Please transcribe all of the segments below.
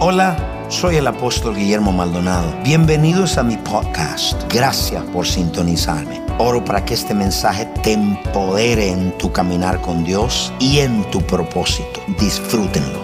Hola, soy el apóstol Guillermo Maldonado. Bienvenidos a mi podcast. Gracias por sintonizarme. Oro para que este mensaje te empodere en tu caminar con Dios y en tu propósito. Disfrútenlo.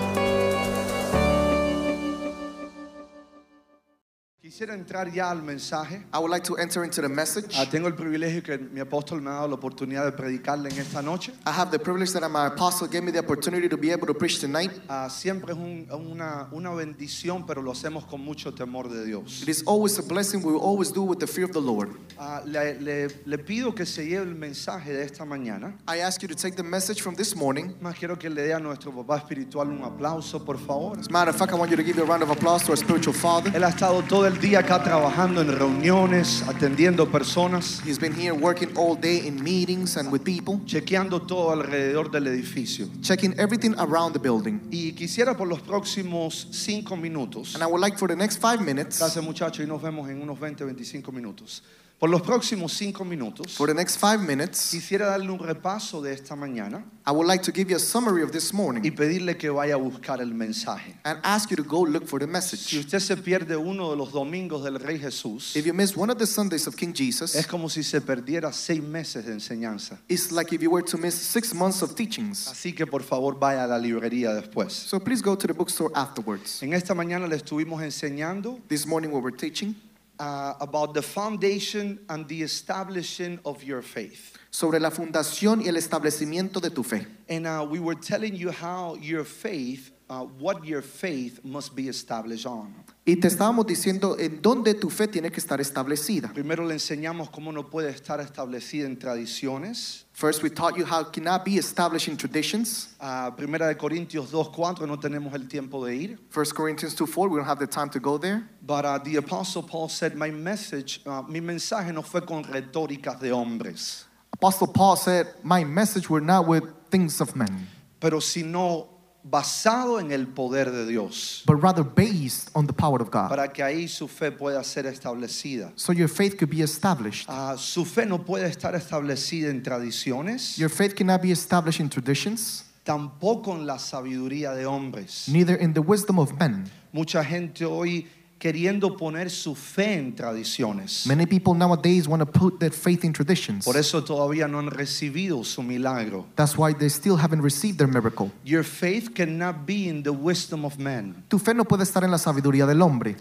Quisiera entrar ya al mensaje. I would like to enter into the message. Ah, tengo el privilegio que mi apóstol me ha dado la oportunidad de predicarle en esta noche. I have the privilege that my apostle gave me the opportunity to be able to preach tonight. Ah, siempre es un- una, una bendición, pero lo hacemos con mucho temor de Dios. It is always a blessing we will always do with the fear of the Lord. Ah, le, le- le pido que se lleve el mensaje de esta mañana. I ask you to take the message from this morning. Más quiero que le dé a nuestro papá espiritual un aplauso, por favor. As a matter of fact, I want you to give a round of applause to our spiritual father. Él ha estado todo el día acá trabajando en reuniones, atendiendo personas, He's been here working all day in meetings and with people, chequeando todo alrededor del edificio. checking everything around the building. Y quisiera por los próximos cinco minutos And I would like for the next five minutes, Gracias muchachos y nos vemos en unos 20, 25 minutos. Por los próximos 5 minutos for the next five minutes, quisiera darle un repaso de esta mañana I would like to give you a summary of this y morning pedirle que vaya a buscar el mensaje. and ask you to go look for the Si message. usted se pierde uno de los domingos del Rey Jesús, If you miss one of the Sundays of King Jesus, es como si se perdiera seis meses de enseñanza. It's like if you were to miss six months of teachings. Así que por favor vaya a la librería después. So please go to the bookstore afterwards. En esta mañana le estuvimos enseñando This morning we were teaching ah, about the foundation and the establishing of your faith. sobre la fundación y el establecimiento de tu fe. And uh, we were telling you how your faith, uh, what your faith must be established on. Y te estábamos diciendo en dónde tu fe tiene que estar establecida. Primero le enseñamos cómo no puede estar establecida en tradiciones. First, we taught you how it cannot be established in traditions. Ah, primera de Corintios 2:4, no tenemos el tiempo de ir. 1 Corinthians 2 4, we don't have the time to go there. But uh, the apostle Paul said, my message, uh, mi mensaje no fue con retóricas de hombres, Apostle Paul said, My message were not with things of men, pero sino basado en el poder de Dios, but rather based on the power of God. para que ahí su fe pueda ser establecida. So your faith could be established. Ah, su fe no puede estar establecida en tradiciones. Your faith cannot be established in traditions. tampoco en la sabiduría de hombres. neither in the wisdom of men. Mucha gente hoy queriendo poner su fe en tradiciones. Many people nowadays want to put their faith in traditions. Por eso todavía no han recibido su milagro. That's why they still haven't received their miracle. Your faith cannot be in the wisdom of men. Tu fe no puede estar en la sabiduría del hombre.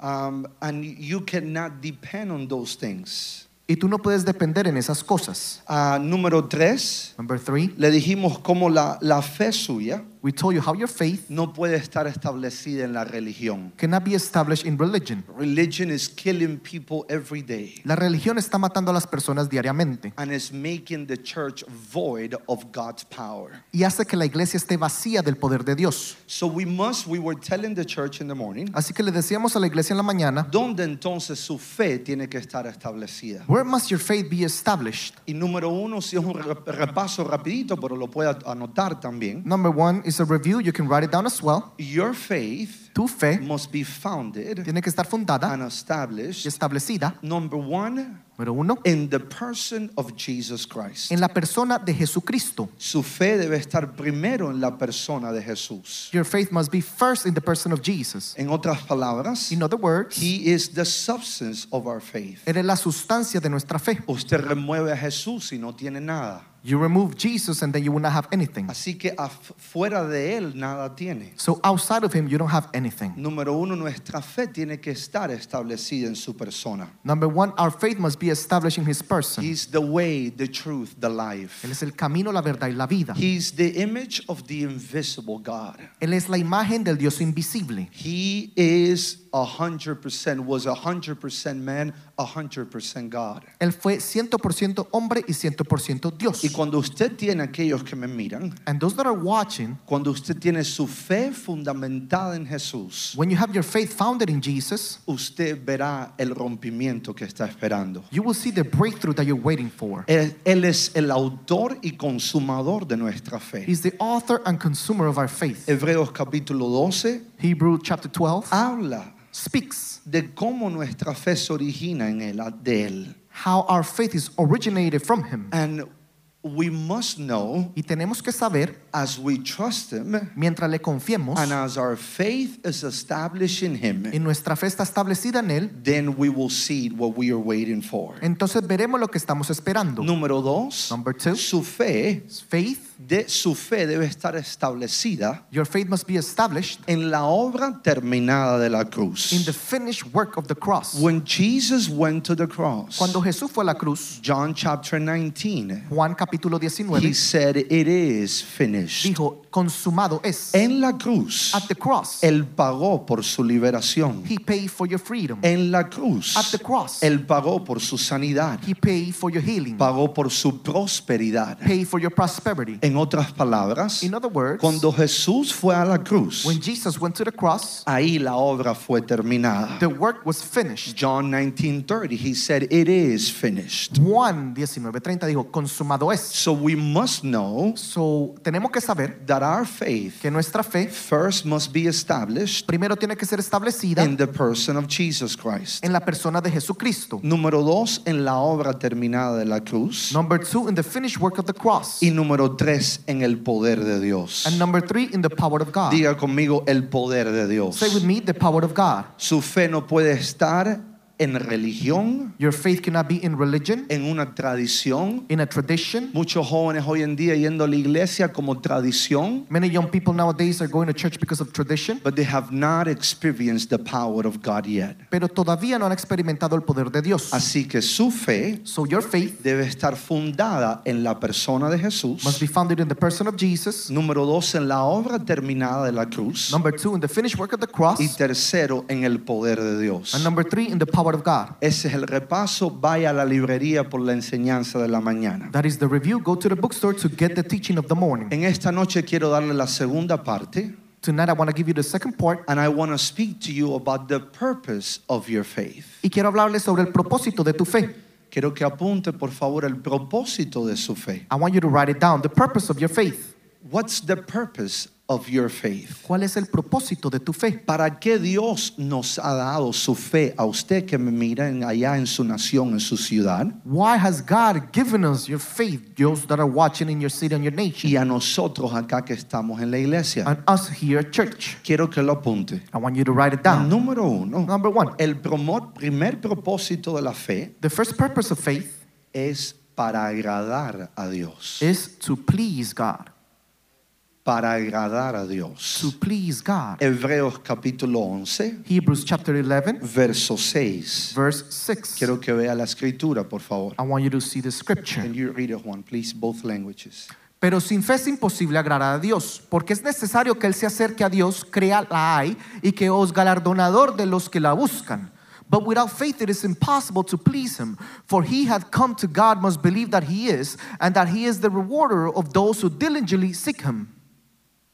Um, and you cannot depend on those things. Y tú no puedes depender en esas cosas. Ah, número tres, Number three, le dijimos cómo la, la fe suya we told you how your faith no puede estar establecida en la religión. cannot be established in religion. Religion is killing people every day. La religión está matando a las personas diariamente and is making the church void of God's power. y hace que la iglesia esté vacía del poder de Dios. So we must, we were telling the church in the morning, Así que le decíamos a la iglesia en la mañana, ¿dónde entonces su fe tiene que estar establecida? where must your faith be established? Y número uno, si es un re- repaso rapidito, pero lo puede anotar también. Number one is a review, you can write it down as well. Your faith Tu fe must be founded tiene que estar fundada and established, y establecida number one, Número uno, in the person of Jesus Christ. en la persona de Jesucristo. Su fe debe estar primero en la persona de Jesús. Your faith must be first in the person of Jesus. En otras palabras, In other words, He is the substance of our faith. Él es la sustancia de nuestra fe. Usted remueve a Jesús y no tiene nada. You remove Jesus and then you will not have anything. Así que af- fuera de Él nada tiene. So outside of Him, you don't have anything. Número uno, nuestra fe tiene que estar establecida en su persona. Number one, our faith must be established in His person. He's the way, the truth, the life. Él es el camino, la verdad y la vida. He's the image of the invisible God. Él es la imagen del Dios invisible. He is a hundred percent, was a hundred percent man, a hundred percent God. Él fue 100% hombre y 100% Dios. Y cuando usted tiene aquellos que me miran, And those that are watching, cuando usted tiene su fe fundamentada en Jesús, when you have your faith founded in Jesus, usted verá el rompimiento que está esperando. you will see the breakthrough that you're waiting for. Él, Él es el autor y consumador de nuestra fe. He's the author and consumer of our faith. Hebreos capítulo 12 Hebrew chapter 12 habla speaks de cómo nuestra fe se origina en él, de Él. how our faith is originated from him. And we must know Y tenemos que saber, as we trust Him mientras le confiemos and as our faith is established in y Him, nuestra fe está establecida en Él, then we will see what we are waiting for. entonces veremos lo que estamos esperando. Número dos, Number two. su fe, Faith, de, su fe debe estar establecida your faith must be established en la obra terminada de la in the cruz. finished work of the cross. When Jesus went to the cross, Cuando Jesús fue a la cruz, John chapter 19, Juan capítulo 19 he said, It is finished. dijo, consumado es. En la cruz, At the cross, Él pagó por su liberación. He paid for your freedom. En la cruz, At the cross, Él pagó por su sanidad, He paid for your healing, pagó por su prosperidad. paid for your prosperity. En otras palabras, In other words, cuando Jesús fue a la cruz, when Jesus went to the cross, ahí la obra fue terminada. the work was finished. John 19:30, he said, It is finished. Juan 19:30 dijo, consumado es. So we must know So, tenemos que saber that our faith que nuestra fe first must be established primero tiene que ser establecida in the person of Jesus Christ. en la persona de Jesucristo. Número dos, en la obra terminada de la cruz. Number two, in the finished work of the cross. Y número tres, en el poder de Dios. And number three, in the power of God. Diga conmigo el poder de Dios. Say with me, the power of God. Su fe no puede estar en religión, Your faith cannot be in religion, en una tradición. in a tradition. Muchos jóvenes hoy en día yendo a la iglesia como tradición, Many young people nowadays are going to church because of tradition, but they have not experienced the power of God yet. pero todavía no han experimentado el poder de Dios. Así que su fe So your faith debe estar fundada en la persona de must Jesús. be founded in the person of Jesus. Número dos, en la obra terminada de la cruz. Number two, in the finished work of the Y cross. tercero, en el poder de Dios. And number three, in the power of God. Ese es el repaso. Vaya a la librería por la enseñanza de la mañana. That is the review. Go to the bookstore to get the teaching of the morning. En esta noche quiero darle la segunda parte. Tonight I want to give you the second part And I want to speak to you about the purpose of your faith. y quiero hablarles sobre el propósito de tu fe. Quiero que apunte, por favor, el propósito de su fe. I want you to write it down. The purpose of your faith. What's the purpose of your faith? ¿Cuál es el propósito de tu fe? ¿Para qué Dios nos ha dado su fe a usted que me mira en- allá en su nación, en su ciudad, Why has God given us your faith, those that are watching in your city and your nation, y a nosotros acá que estamos en la iglesia? and us here at church? Quiero que lo apunte. I want you to write it down. Número uno, Number one, el promo- primer propósito de la fe the first purpose of faith es para agradar a Dios. is to please God. Para agradar a Dios. To please God. Hebreos capítulo 11, Hebrews chapter 11, verso 6. verse Ah, 6. Quiero que vea la escritura, por favor. I want you to see the scripture. Can you read it, Juan, please, both languages. Pero sin fe es imposible agradar a Dios, porque es necesario que Él se acerque a Dios, crea la hay, y que os galardonador de los que la buscan. But without faith it is impossible to please Him, for he hath come to God must believe that He is, and that He is the rewarder of those who diligently seek Him.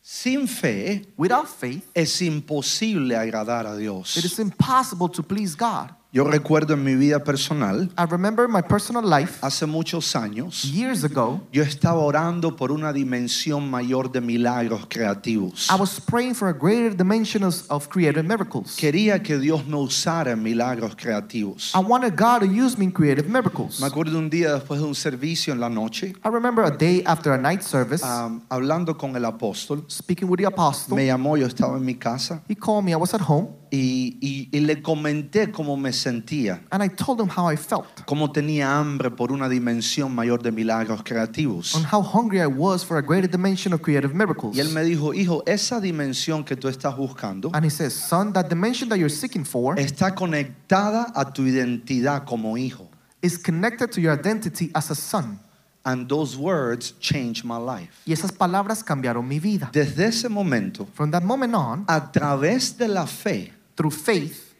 Sin fe Without faith, es imposible agradar a it is Dios. impossible to please God. Yo recuerdo en mi vida personal, I remember in my personal life, hace muchos años, years ago, yo estaba orando por una dimensión mayor de milagros creativos. I was praying for a greater dimension of, of creative miracles. Quería que Dios me usara en milagros creativos. I wanted God to use me in creative miracles. Me acuerdo un día después de un servicio en la noche, I remember a day after a night service, am, hablando con el apóstol, speaking with the apostle. me llamó, yo estaba en mi casa, He called me. I was at home, Y, y- y le comenté cómo me sentía, and I told him how I felt, cómo tenía hambre por una dimensión mayor de milagros creativos. on how hungry I was for a greater dimension of creative miracles. Y él me dijo, hijo, esa dimensión que tú estás buscando And he says, "Son, that dimension that you're seeking for está conectada a tu identidad como hijo. is connected to your identity as a son." And those words changed my life. Y esas palabras cambiaron mi vida. Desde ese momento, From that moment on, a través de la fe, through faith,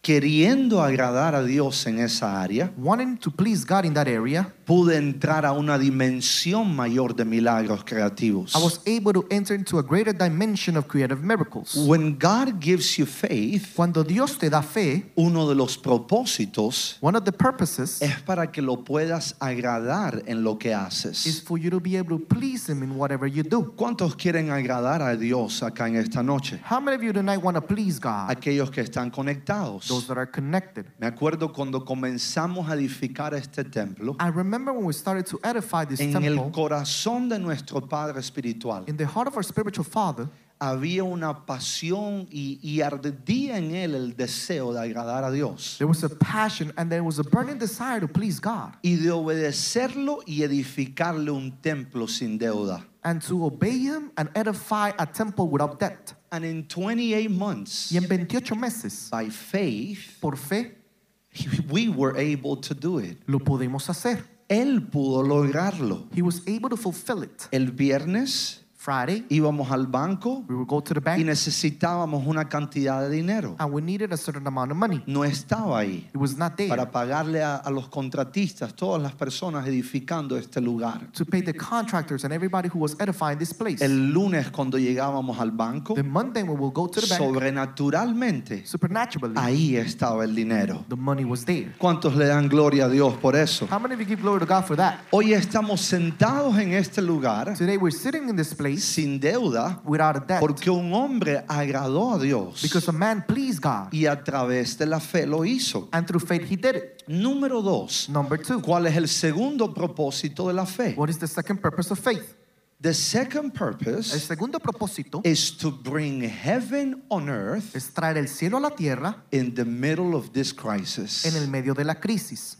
queriendo agradar a Dios en esa área, wanting to please God in that area, pude entrar a una dimensión mayor de milagros creativos. I was able to enter into a greater dimension of creative miracles. When God gives you faith, Cuando Dios te da fe, Uno de los propósitos one of the purposes es para que lo puedas agradar en lo que is haces. for you to be able to please Him in whatever you do. ¿Cuántos quieren agradar a Dios acá en esta noche? How many of you tonight want to please God? Aquellos que están conectados. those that are connected. Me acuerdo cuando comenzamos a edificar este templo, I remember when we started to edify this en el temple, corazón de nuestro Padre Espiritual in the heart of our spiritual father, había una pasión y, y ardía en él el deseo de agradar a Dios there was a passion and there was a burning desire to please God y de obedecerlo y edificarle un templo sin deuda. and to obey Him and edify a temple without debt. And in 28 months, Y en 28 meses, by faith, por fe, we were able to do it. lo pudimos hacer. Él pudo lograrlo. He was able to fulfill it. El viernes Friday, íbamos al banco we would go to the y bank necesitábamos una cantidad de dinero. and we needed a certain amount of money. No estaba ahí It was not there para pagarle a, a los contratistas, todas las personas edificando este lugar. to pay the contractors and everybody who was edifying this place. El lunes cuando llegábamos al banco, The Monday we will go to the bank, sobrenaturalmente, supernaturally, ahí estaba el dinero. the money was there. ¿Cuántos le dan gloria a Dios por eso? How many of you give glory to God for that? Hoy estamos sentados en este lugar Today we're sitting in this place sin deuda without a debt porque un hombre agradó a Dios because a man pleased God y a través de la fe lo hizo. and through faith he did it. Número dos, Number two, ¿cuál es el segundo propósito de la fe? what is the second purpose of faith? The second El purpose segundo propósito is to bring heaven on earth es traer el cielo a la tierra in the middle of this crisis. en el medio de la crisis.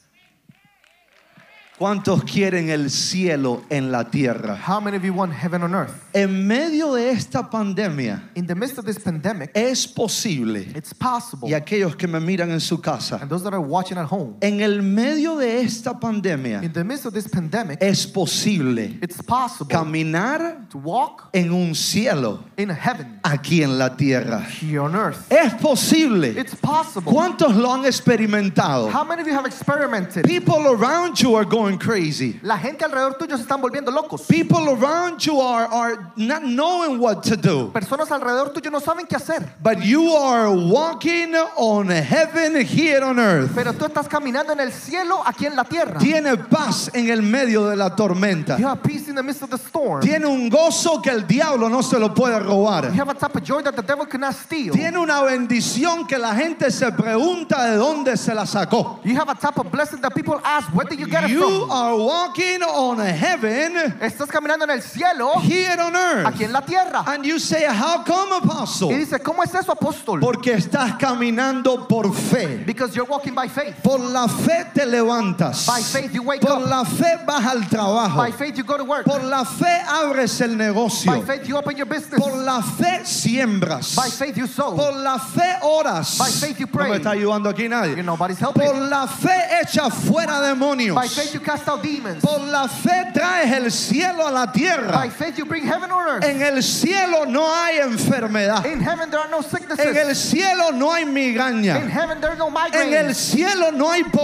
¿Cuántos quieren el cielo en la tierra? How many of you want heaven on earth? En medio de esta pandemia In the midst of this pandemic, es posible, it's possible. y aquellos que me miran en su casa, And those that are watching at home, en el medio de esta pandemia in the midst of this pandemic, es posible it's possible caminar to walk en un cielo in heaven aquí en la tierra. here on earth. Es posible. It's possible. ¿Cuántos lo han experimentado? How many of you have experimented? People around you are going crazy. La gente alrededor tuyo se están volviendo locos. People around you are, are not knowing what to do. Personas alrededor tuyo no saben qué hacer. But you are walking on heaven here on earth. Pero tú estás caminando en el cielo aquí en la tierra. Tiene paz en el medio de la tormenta. You have peace in the midst of the storm. Tiene un gozo que el diablo no se lo puede robar. You have a type of joy that the devil cannot steal. Tiene una bendición que la gente se pregunta de dónde se la sacó. You have a type of blessing that people ask, where did you get it You from? are walking on heaven Estás caminando en el cielo here on earth. aquí en la tierra. And you say, How come, Y apostle? dice, ¿cómo es eso, apóstol? Porque estás caminando por fe. Because you're walking by faith. Por la fe te levantas. By faith you wake Por up. la fe vas al trabajo. By faith you go to work. Por la fe abres el By negocio. faith you open your business. Por la fe siembras. By faith you sow. Por la fe oras. By faith you No pray. me está ayudando aquí nadie. You nobody's helping. Por la fe echas fuera demonios. By faith you cast out demons. Por la fe traes el cielo a la By tierra. faith you bring heaven on earth. En el cielo no hay enfermedad. In heaven there are no En sicknesses. el cielo no hay In migraña. heaven there are no En el migraines. cielo no hay There's no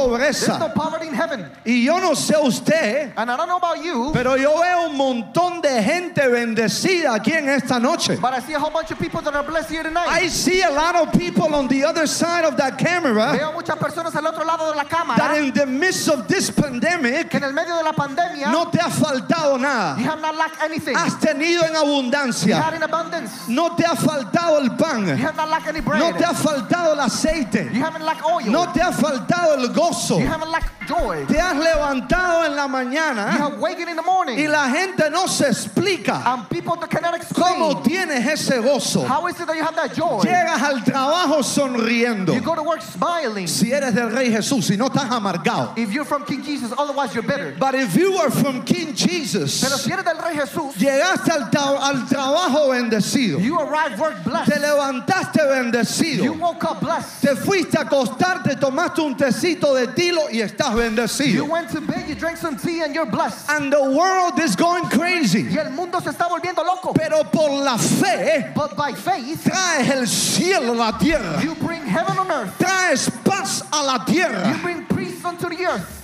pobreza. poverty in heaven. Y yo no sé usted, And I don't know about you, pero yo veo un montón de gente bendecida aquí en esta noche. but I see a whole bunch of people that are blessed here tonight. I see a lot of people on the other side of that camera Veo muchas personas al otro lado de la that cámara in the midst of this pandemic que en el medio de la pandemia no te ha faltado you nada. have not lacked anything. Has tenido en You abundancia. had in abundance. No te ha faltado el You pan. have not lacked any No bread. te ha faltado el You aceite. haven't lacked oil. No te ha faltado el gozo. You haven't lacked joy. Te has levantado en la You Ah, mañana have wakened in the morning. y la gente no se explica And people that cannot explain. cómo tienes ese gozo. How is it that you have that joy? Llegas al trabajo sonriendo. You go to work smiling. Si eres del Rey Jesús, si no estás amargado. If you're from King Jesus, otherwise you're bitter. But if you were from King Pero Jesus, si eres del Rey Jesús, llegaste al, tra- al trabajo bendecido, you arrive work te blessed. levantaste You bendecido, woke up blessed. te fuiste a acostar, te tomaste un tecito de tilo y estás You bendecido. went to bed, you drank some tea, and you're blessed. And the world is going crazy, Y el mundo se está volviendo loco. pero por la fe But by faith, traes el cielo a la tierra, you bring heaven on earth. traes paz a la You tierra. bring peace unto the earth.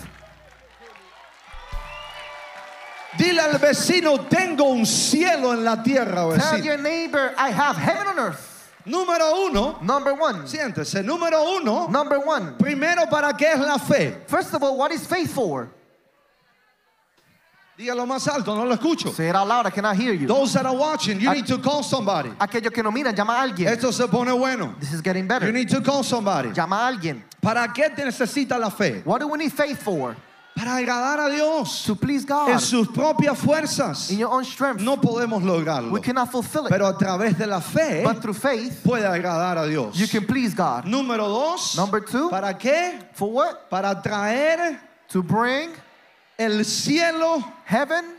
Dile al vecino, tengo un cielo en la tierra, Tell vecino. your neighbor, I have heaven on earth. Número uno, Number one. siéntese, número uno, Number one. primero, ¿para qué es la fe? First of all, what is faith for? Dígalo más alto, no lo escucho. Say it out loud, I cannot hear you. Those that are watching, Ah. you need to call somebody. Aquellos que no miran, llama a alguien. Esto se pone bueno. This is getting You better. need to call somebody. Llama a alguien. ¿Para qué te necesita la fe? What do we need faith for? Para agradar a Dios. To please God En sus propias fuerzas in your own strength. no podemos lograrlo. We cannot fulfill it. Pero a través de la fe But through faith, puede agradar a Dios. you can please God. Número dos. Number two. ¿Para qué? For what? Para traer To bring el cielo. heaven.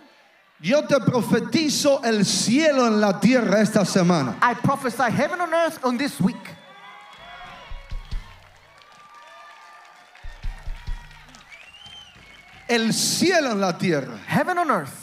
Yo te profetizo el cielo en la tierra esta semana. I prophesy heaven on earth on this week. El cielo en la tierra. Heaven on earth.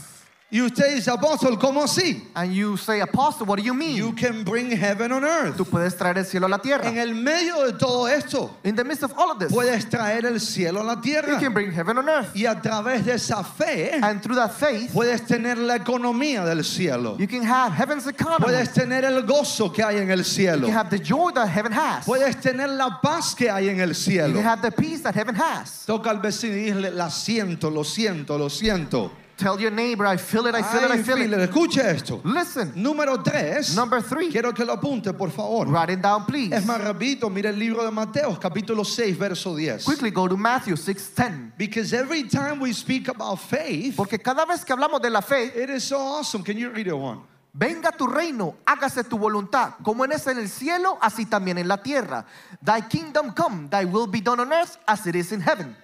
Y usted dice, apóstol, ¿cómo así? And you say, Apostle, what do you mean? You can bring heaven on earth. Tú puedes traer el cielo a la tierra. En el medio de todo esto, In the midst of all of this, you puedes traer el cielo a la tierra. can bring heaven on earth. Y a través de esa fe, And through that faith, puedes tener la economía del cielo. you can have heaven's economy. Puedes tener el gozo que hay en el cielo. You can have the joy that heaven has. You Puedes tener la paz que hay en el cielo. can have the peace that heaven has. Toca al vecino y dile, la siento, lo siento, lo siento. Tell your neighbor, I feel it, I feel it, I Ay, feel it. Philip, Escuche esto. Listen, Número tres. Number three. Quiero que lo apunte, por favor. write it down, please. Es más, repito, mira el libro de Mateo, capítulo 6, verso 10. Quickly go to Matthew 6:10. Because every time we speak about faith, Porque cada vez que hablamos de la fe, it is so awesome. Can you read it one? venga tu reino, hágase tu voluntad, como en es en el cielo, así también en la tierra. Thy kingdom come, thy will be done on earth as it is in heaven.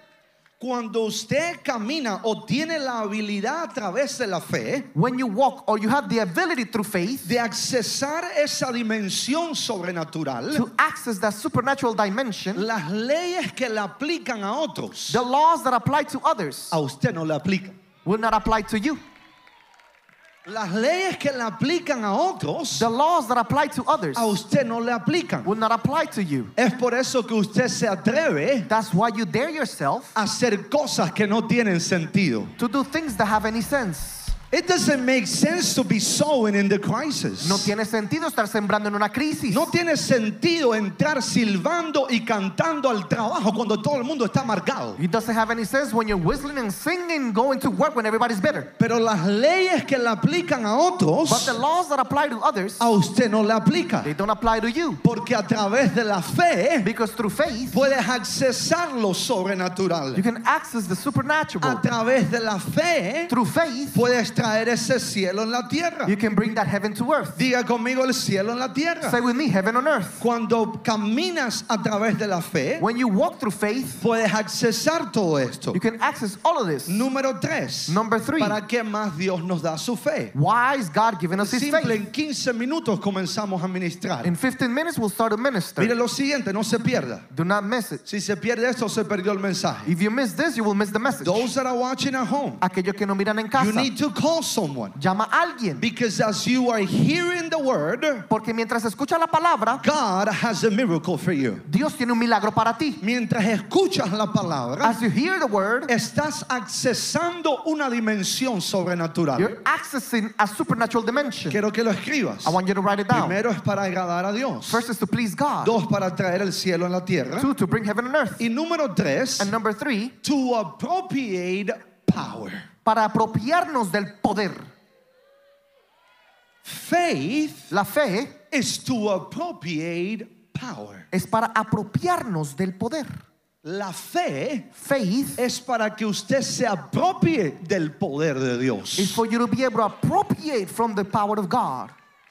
Cuando usted camina o tiene la habilidad a través de la fe When you walk or you have the ability through faith de accesar esa dimensión sobrenatural, to access that supernatural dimension, las leyes que le aplican a otros, the laws that apply to others a usted no le aplican. will not apply to you. Las leyes que le aplican a otros, The laws that apply to others a usted no le aplican. will not apply to you. Es por eso que usted se atreve That's why you dare yourself a hacer cosas que no tienen sentido. to do things that have any sense. It doesn't make sense to be sowing in the crisis. No tiene sentido estar sembrando en una crisis. No tiene sentido entrar silbando y cantando al trabajo cuando todo el mundo está amargado. It doesn't have any sense when you're whistling and singing, going to work when everybody's better. Pero las leyes que le aplican a But the otros, laws that apply to others, a usted no le aplica. they don't apply to you. Porque a través de la fe Because through faith, puedes accesar lo you sobrenatural. can access the supernatural. A través de la fe Through faith, puedes traer ese cielo en la tierra. you can bring that heaven to earth. Diga conmigo el cielo en la tierra. Say with me, heaven on earth. Cuando caminas a través de la fe, When you walk through faith, puedes accesar todo esto. you can access all of this. Número tres. Number three. ¿Para qué más Dios nos da su fe? Why is God giving us His Simple, faith? en 15 minutos comenzamos a ministrar. In 15 minutes, we'll start a Mire minister. lo siguiente, no se pierda. Do not miss it. Si se pierde esto, se perdió el mensaje. If you miss this, you will miss the message. Those that are watching at home, Aquellos que no miran en you casa, need to call someone. llama a alguien. Because as you are hearing the word, Porque mientras escuchas la palabra, God has a miracle for you. Dios tiene un milagro para ti. Mientras escuchas la palabra, As you hear the word, estás accesando una dimensión sobrenatural. you're accessing a supernatural dimension. Quiero que lo escribas. I want you to write it down. Primero es para agradar a Dios. First is to please God. Dos, para traer el cielo en la tierra. Two, to bring heaven and earth. Y número tres, And number three, to appropriate power. para apropiarnos del poder. Faith La fe is to appropriate power. es para apropiarnos del poder. La fe Faith es para que usted se apropie del poder de is Dios. for you to be able to appropriate from the power of God.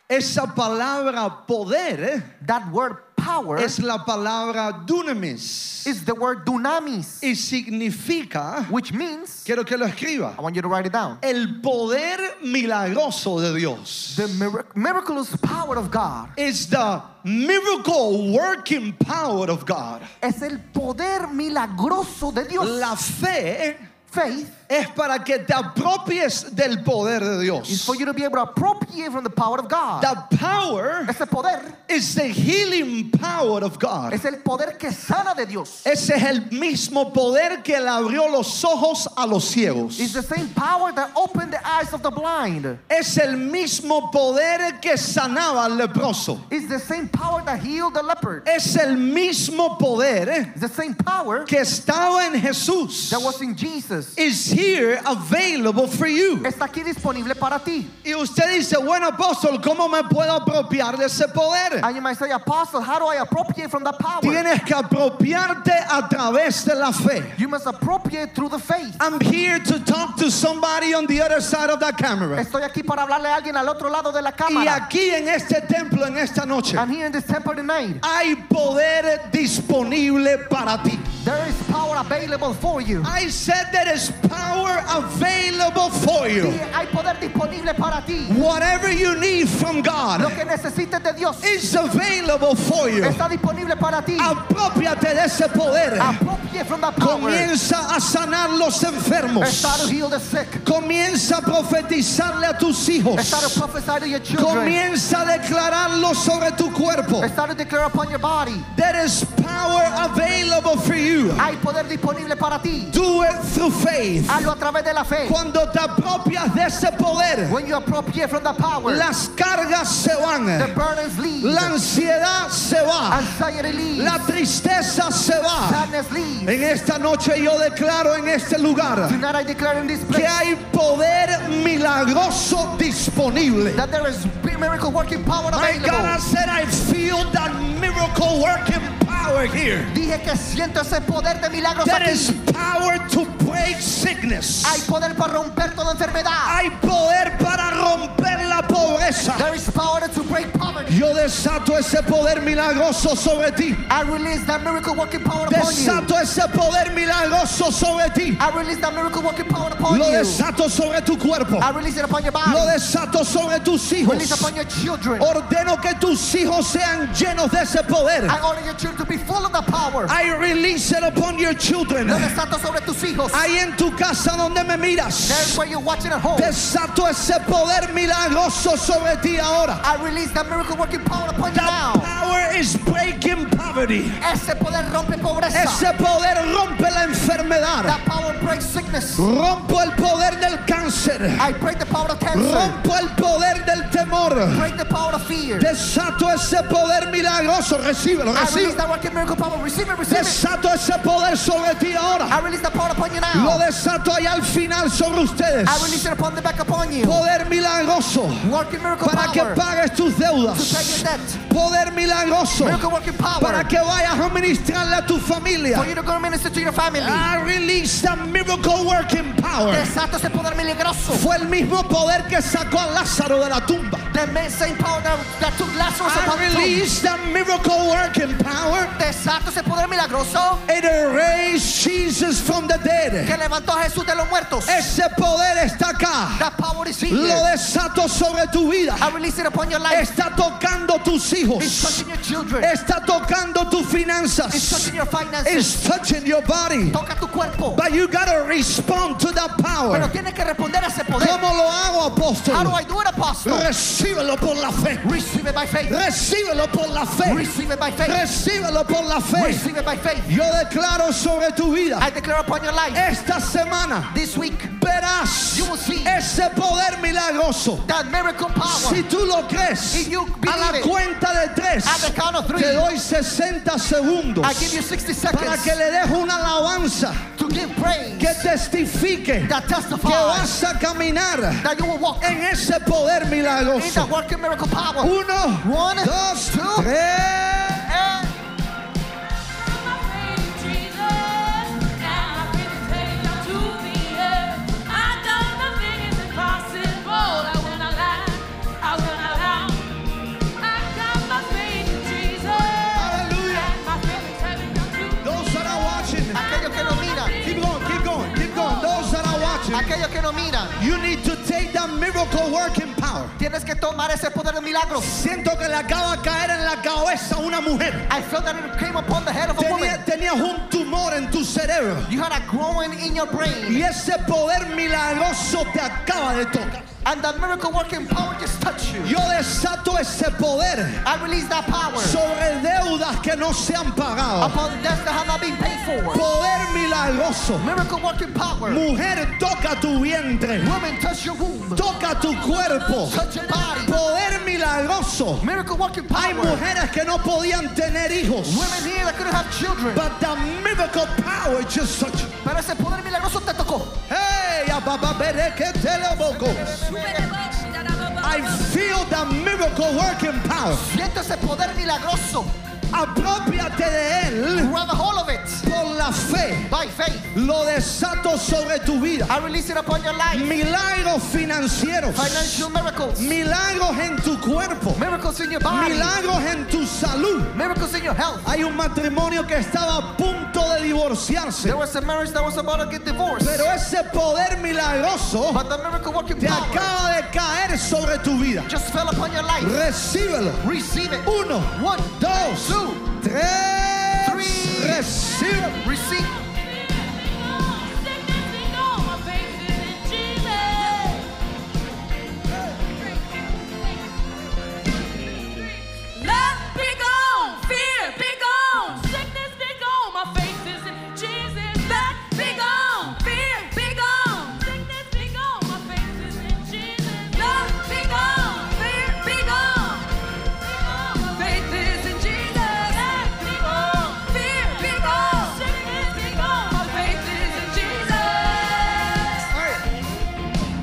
Esa palabra poder That word power es la palabra dunamis is the word dunamis, y significa, which means, quiero que lo I escriba, want you to write it down, el poder milagroso de Dios. the mirac- miraculous power of God. is the miracle working power of God. es el poder milagroso de Dios. La fe faith es para que te apropies del poder de is Dios. for you to be able to appropriate from the power of God. The power Ese poder is the healing power of God. es el poder que sana de Dios. Ese es el mismo poder que le abrió los ojos a los ciegos. It's the same power that opened the eyes of the blind. Es el mismo poder que sanaba al leproso. It's the same power that healed the leopard. Es el mismo poder It's the same power que estaba en Jesús. that was in ustedes. is here available for you. Está aquí disponible para ti. Y usted dice, bueno, apóstol, ¿cómo me puedo apropiar de ese poder? And you might say, Apostle, how do I appropriate from that power? Tienes que apropiarte a través de la fe. You must appropriate through the faith. I'm here to talk to somebody on the other side of that camera. Estoy aquí para hablarle a alguien al otro lado de la Y cámara. aquí en este templo, en esta noche, And here in this temple tonight, hay poder disponible para ti. there is power available for you. I said there is power available for you. Y hay poder disponible para ti. Whatever you need from Lo God que necesites de Dios is available for you. está disponible para ti. Apropiate de ese poder. Appropriate from that power. Comienza a sanar los enfermos. Start to heal the sick. Comienza a profetizarle a tus hijos. Start to prophesy to your children. Comienza a declararlo sobre tu cuerpo. Start to declare upon your body. There is power available for you. Hay poder disponible para ti. Do it through faith. Hazlo a través de la fe. Cuando te apropias de ese poder, When you appropriate from that power, las cargas se the van. burdens leave. La ansiedad se va. Anxiety leaves. La Eh. tristeza se va. Sadness leaves. En esta noche yo declaro en este lugar Tonight I declare in this que place hay poder milagroso disponible. that there is miracle working power My God, I available. said I feel that miracle working power here. Dije que siento ese poder de milagros There aquí. is power to break sickness. Hay poder para romper toda enfermedad. Hay poder para romper la pobreza. There is power to break poverty. Yo desato ese poder milagroso sobre ti. I release that miracle working power upon you. Desato ese poder milagroso sobre ti. I release that miracle working power upon Lo you. desato sobre tu cuerpo. I release it upon your Lo body. desato sobre tus Release hijos. upon your children. Ordeno que tus hijos sean llenos de ese poder. I order your children to be full of that power. I release it upon your children. Lo desato sobre tus hijos. Ahí en tu casa donde me miras. There where you're watching at home. Desato ese poder milagroso sobre ti ahora. I release that miracle working power upon The you now. power is breaking poverty. Ese poder rompe pobreza. Ese poder rompe la enfermedad. That power breaks sickness. Rompo el poder del cáncer. I break the power of cancer. Rompo el poder del temor. Break the power of fear. Desato ese poder milagroso. Recíbelo, I release recíbelo. that working miracle power. Receive it, receive it. Desato ese poder sobre ti ahora. I release the power upon you Lo now. desato allá al final sobre ustedes. I release it upon the back upon you. Poder milagroso Working miracle para que power. pagues tus To pay your deudas. debt. Poder milagroso Miracle working power. para que vayas a ministrarle a tu For familia. you to go minister to your family. I release the miracle working power. Desata ese poder milagroso. Fue el mismo poder que sacó a Lázaro de la tumba. The ma- same power that, that took Lazarus I upon the tomb. release the miracle working power. Desata ese poder milagroso It raised Jesus from the dead. que levantó a Jesús de los muertos. Ese poder está acá. That power is Lo here. desato sobre tu vida. I release it upon your life. Está tocando tus It's hijos. touching your children. Está tocando tus It's finanzas. touching your finances. It's touching your body. Toca tu cuerpo. But you gotta respond to that Pero power. tienes que responder a ese poder. ¿Cómo lo hago, How do apóstol? I do it, apostle? Recíbelo por la fe. Receive it by faith. Recíbelo por la fe. Receive it by faith. Recíbelo por la fe. Receive it by faith. Yo declaro sobre tu vida I declare upon your life esta semana this week verás You will see. ese poder milagroso. that miracle power. Si tú lo crees, If you a la believe it. cuenta de tres, At the count of three. te doy 60 segundos I give you 60 para seconds que le des una alabanza to give que praise testifique that que testifies vas a caminar that you will walk en ese poder in the milagroso. working miracle power. Uno, One, dos, two, tres. and Those that are watching, aquellos que no miran, keep going, keep going, keep going. Those that are watching. aquellos que no miran, You need to take that miracle working power. tienes que tomar ese poder de milagros. Siento que le acaba de caer en la cabeza a una mujer. I felt that it came upon the head of a woman. Tenía- Tenías un tumor en tu cerebro. You had a growing in your brain, Y ese poder milagroso te acaba de tocar. and that miracle working power just touched you. Yo desato ese poder I release that power sobre deudas que no se han pagado. upon debts that have not been paid for. Poder milagroso. Miracle working power. Mujer, toca tu vientre. Woman, touch your womb, Toca tu cuerpo. touch your body. Poder milagroso. Miracle working Hay power. mujeres que no podían tener hijos. Women here that couldn't have children, But the miracle power just such. pero ese poder milagroso te tocó. I feel the miracle working power. Siente ese poder milagroso. Apropiate de él Grab a hold of it. por la fe. By faith. Lo desato sobre tu vida. I release it upon your life. Milagros financieros. Financial miracles. Milagros en tu cuerpo. Miracles in your body. Milagros en tu salud. Miracles in your health. Hay un matrimonio que estaba a punto de divorciarse. There was a marriage that was about to get divorced. Pero ese poder milagroso But the miracle working te power acaba de caer sobre tu vida. just fell upon your life. Recíbelo. Receive it. Uno, One, dos, two, tres. Three. Recíbelo. receive.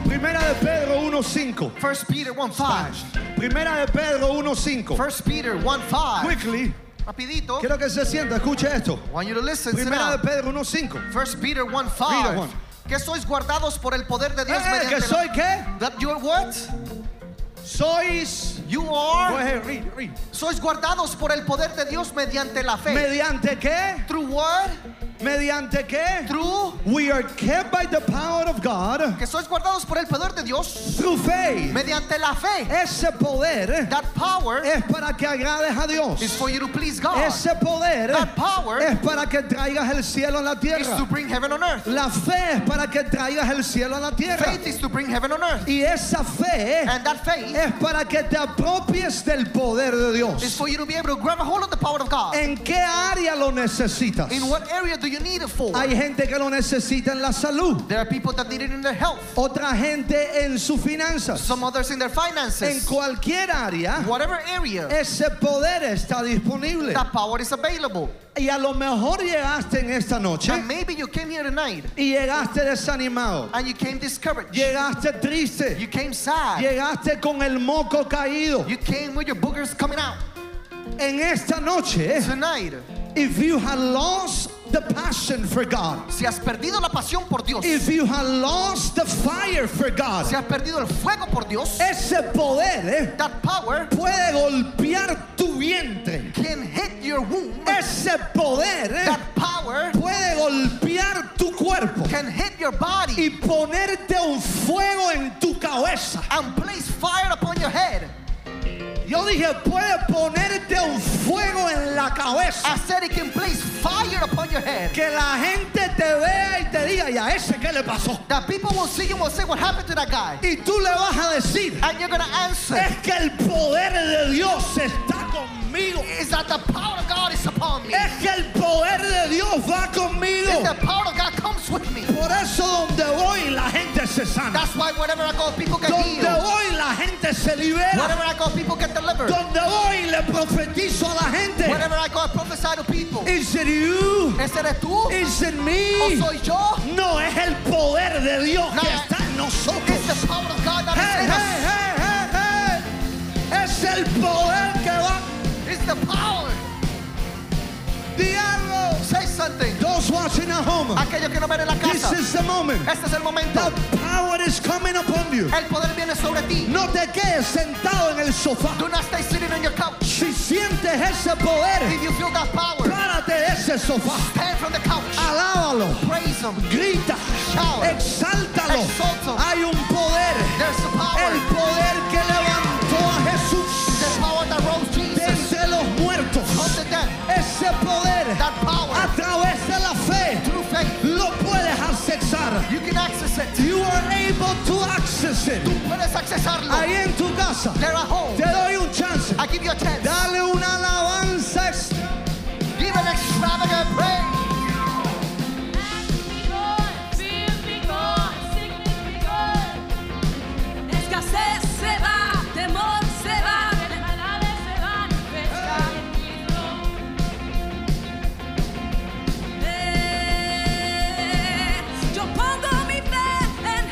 Primera de Pedro 1.5. First Peter 1 5. Primera de Pedro 1.5. First Peter 1 5. Quickly. Rapidito. Quiero que se sienta. Escuche esto. I want you to listen. Sit Primera de down. Pedro 1.5. First Peter 1 Read it, 5. Juan. Que sois guardados por el poder de Dios Eh, ¿Que mediante soy qué? la- That you're what? Sois. You Go are. ahead, read, read. Sois guardados por el poder de Dios mediante la fe. ¿Mediante qué? Through what? ¿Mediante qué? Through. We are kept by the power of God Que sois guardados por el poder de Dios through faith. mediante la fe. Ese poder That power es para que agrades a is Dios. for you to please God. Ese poder That power es para que traigas el cielo a la is to tierra. bring heaven on earth. La fe es para que traigas el cielo a la tierra. Faith is to bring heaven on earth. Y esa fe And that faith es para que te apropies del poder de is Dios. for you to be able to grab a hold of the power of God. ¿En qué área lo necesitas? In what area do you need it for? Hay gente que lo necesita en la salud, There are people that need it in their health, otra gente en sus finanzas. some others in their En finances. cualquier área, Whatever area, ese poder está disponible. that power is available. Y a lo mejor llegaste en esta noche And maybe you came here tonight y llegaste desanimado, and you came discouraged. llegaste triste, You came sad. llegaste con el moco caído. You came with your boogers coming out. En esta noche, Tonight, if you have lost the passion for God, si has perdido la pasión por Dios, if you have lost the fire for si God, has perdido el fuego por Dios, ese poder eh, that power puede golpear tu vientre. can hit your womb. Ese poder eh, That power puede golpear tu cuerpo can hit your body y ponerte un fuego en tu cabeza. and place fire upon your head. Yo dije, puede ponerte un fuego en la cabeza. I said it can place fire upon your head. Que la gente te vea y te diga, ¿y a ese qué le pasó? That people will see you and will say, What happened to that guy? Y tú le vas a decir, And you're going to answer, es que el poder de Dios está conmigo. Is that the power of God is upon me? Es que el poder de Dios va conmigo. Is the power of God comes with me? Por eso donde voy la gente se sana. That's why wherever I go, people can Donde heal. voy la gente se libera. Wherever I go, people can deliver. Donde voy le profetizo a la gente. Wherever I go, I prophesy to people. Is it you? ¿Ese eres tú? ¿O Is it me? soy yo? No es el poder de Dios que No. está en nosotros. It's the power of God that Hey, is in us. hey, hey, hey, hey. Es el poder que va. It's the power. Diablo. Say something. Those watching at home, Aquellos que no ven en la this casa. is the moment. Este es el momento. The power is coming upon you. El poder viene sobre ti. No te quedes sentado en el sofá. Do not stay sitting on your couch. Si sientes ese poder, If you feel that power, párate de ese sofá. stand from the couch. Alábalo. Praise Him. Grita. Shout. Exáltalo. Exalto. Hay un poder. There's the power. El poder que levantó a Jesús. The power that rose de Jesus entre los muertos. from the dead. Ese poder That a power través de la fe through faith. lo puedes accesar. You can access it. You are able to access it. Puedes accesarlo. Ahí en tu casa There at home. te doy un chance. I give you a chance. Dale una alabanza. ex- Give an extravagant praise. Escasez se va, temor se va, enfermedades se van, pesca en Cristo. Eh, Yo pongo mi fe en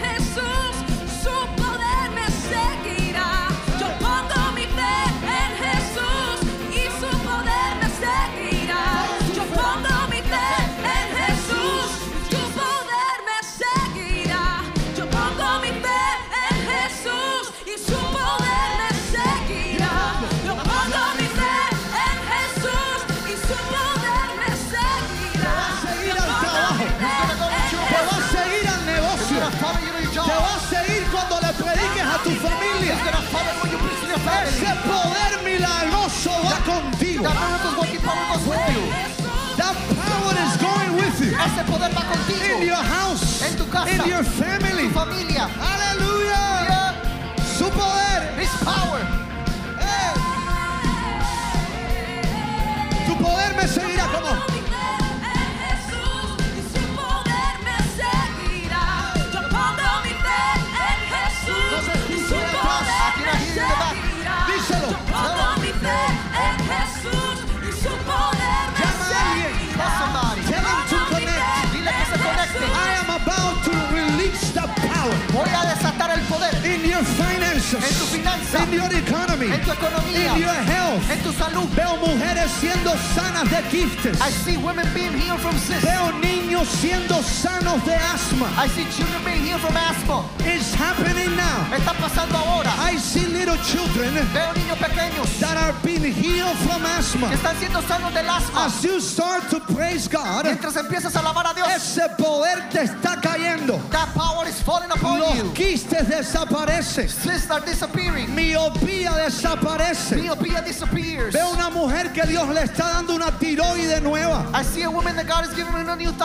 you. That miracle's working power goes with you. That power is going with you. Ese poder va In contigo. your house. En tu casa. In your En family. tu familia. Hallelujah. Yeah, Su poder. His power. eh, Tu poder me seguirá como. Díselo. Llama a alguien. Tell him to connect. Dile que se conecte. I am about to release the power Voy a desatar el poder in your en tu finances, finanza, in your economy, en tu in your economía, health. en tu salud. Veo mujeres siendo sanas de quistes. I see women being healed from cysts. Veo niños siendo sanos de asma. I see children being healed from asthma. It's happening now. Está pasando ahora. I see little children Veo niños pequeños that are being healed from que asthma. están siendo sanos del asma. As you start to praise God, Mientras empiezas a alabar a Dios, ese poder te está cayendo. that power is falling upon you. Los quistes desaparecen. Cysts are disappearing. Miopía desaparece. Myopia disappears. Veo una mujer que Dios le está dando una tiroide nueva. I see a woman that God is giving her a new Ese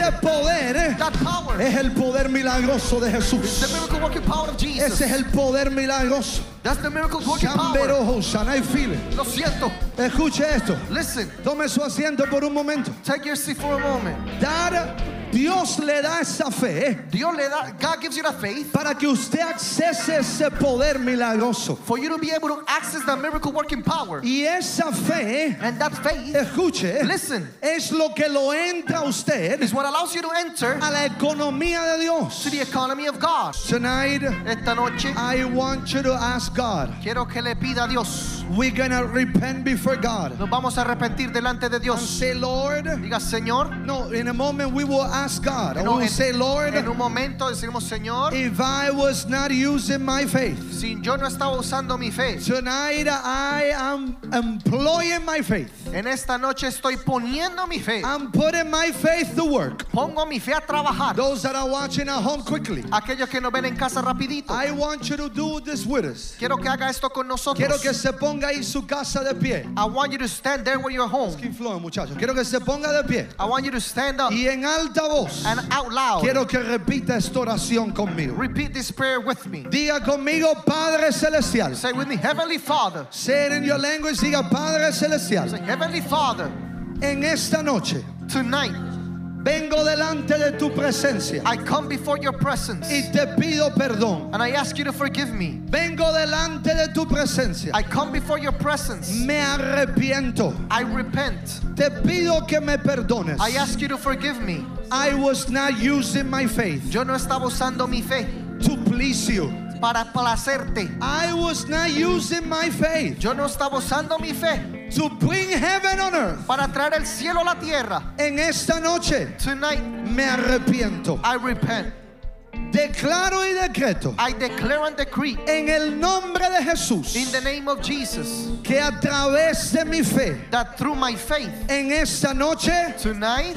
thyroid. poder eh, That power, es el poder milagroso de the Jesús. miracle working power of Jesus. Ese es el poder milagroso. That's the miracle working power. Chambero Hosanna y File. Lo siento. Escuche esto. Listen, Tome su asiento por un momento. take your seat for a moment. Dar, Dios le da esa fe eh, Dios le da, God gives you that faith para que usted accese ese poder milagroso. for you to be able to access that miracle working power. Y esa fe, eh, And that faith escuche, eh, Listen. es lo que lo entra a usted is what allows you to enter a la economía de Dios. to the economy of God. Tonight, Esta noche I want you to ask God. quiero que le pida a Dios. We're gonna repent before God. Nos vamos a arrepentir delante de And Dios. say, Lord. Diga, Señor, No, in a moment we will ask God. And No, we'll en- say, Lord, en un momento decimos, Señor, if I was not using my faith, si yo no estaba usando mi fe, tonight I am employing my faith. en esta noche estoy poniendo mi fe. I'm putting my faith to work. Pongo mi fe a trabajar. Those that are watching at home quickly. Aquellos que nos ven en casa rapidito. I want you to do this with us. Quiero que haga esto con nosotros. Quiero que se ponga ahí su casa de pie. I want you to stand there where you're home. Keep flowing, muchachos. Quiero que se ponga de pie. I want you to stand up Y en alta voz. and out loud. Quiero que repita esta oración conmigo. Repeat this prayer with me. Diga conmigo, Padre Celestial. Say with me, Heavenly Father. Say it in your language. Diga, Padre Say, Celestial. Heavenly Father, En esta noche tonight vengo delante de tu presencia I come before your presence y te pido perdón. and I ask you to forgive me. Vengo delante de tu presencia. I come before your presence. Me arrepiento. I repent. Te pido que me perdones. I ask you to forgive me. I was not using my faith Yo no estaba usando mi fe to please you. para placerte. I was not using my faith Yo no estaba usando mi fe to bring heaven on earth. para traer el cielo a la tierra. En esta noche Tonight me arrepiento. I repent. Declaro y decreto I declare and decree en el nombre de Jesús in the name of Jesus que a través de mi fe that through my faith en esta noche tonight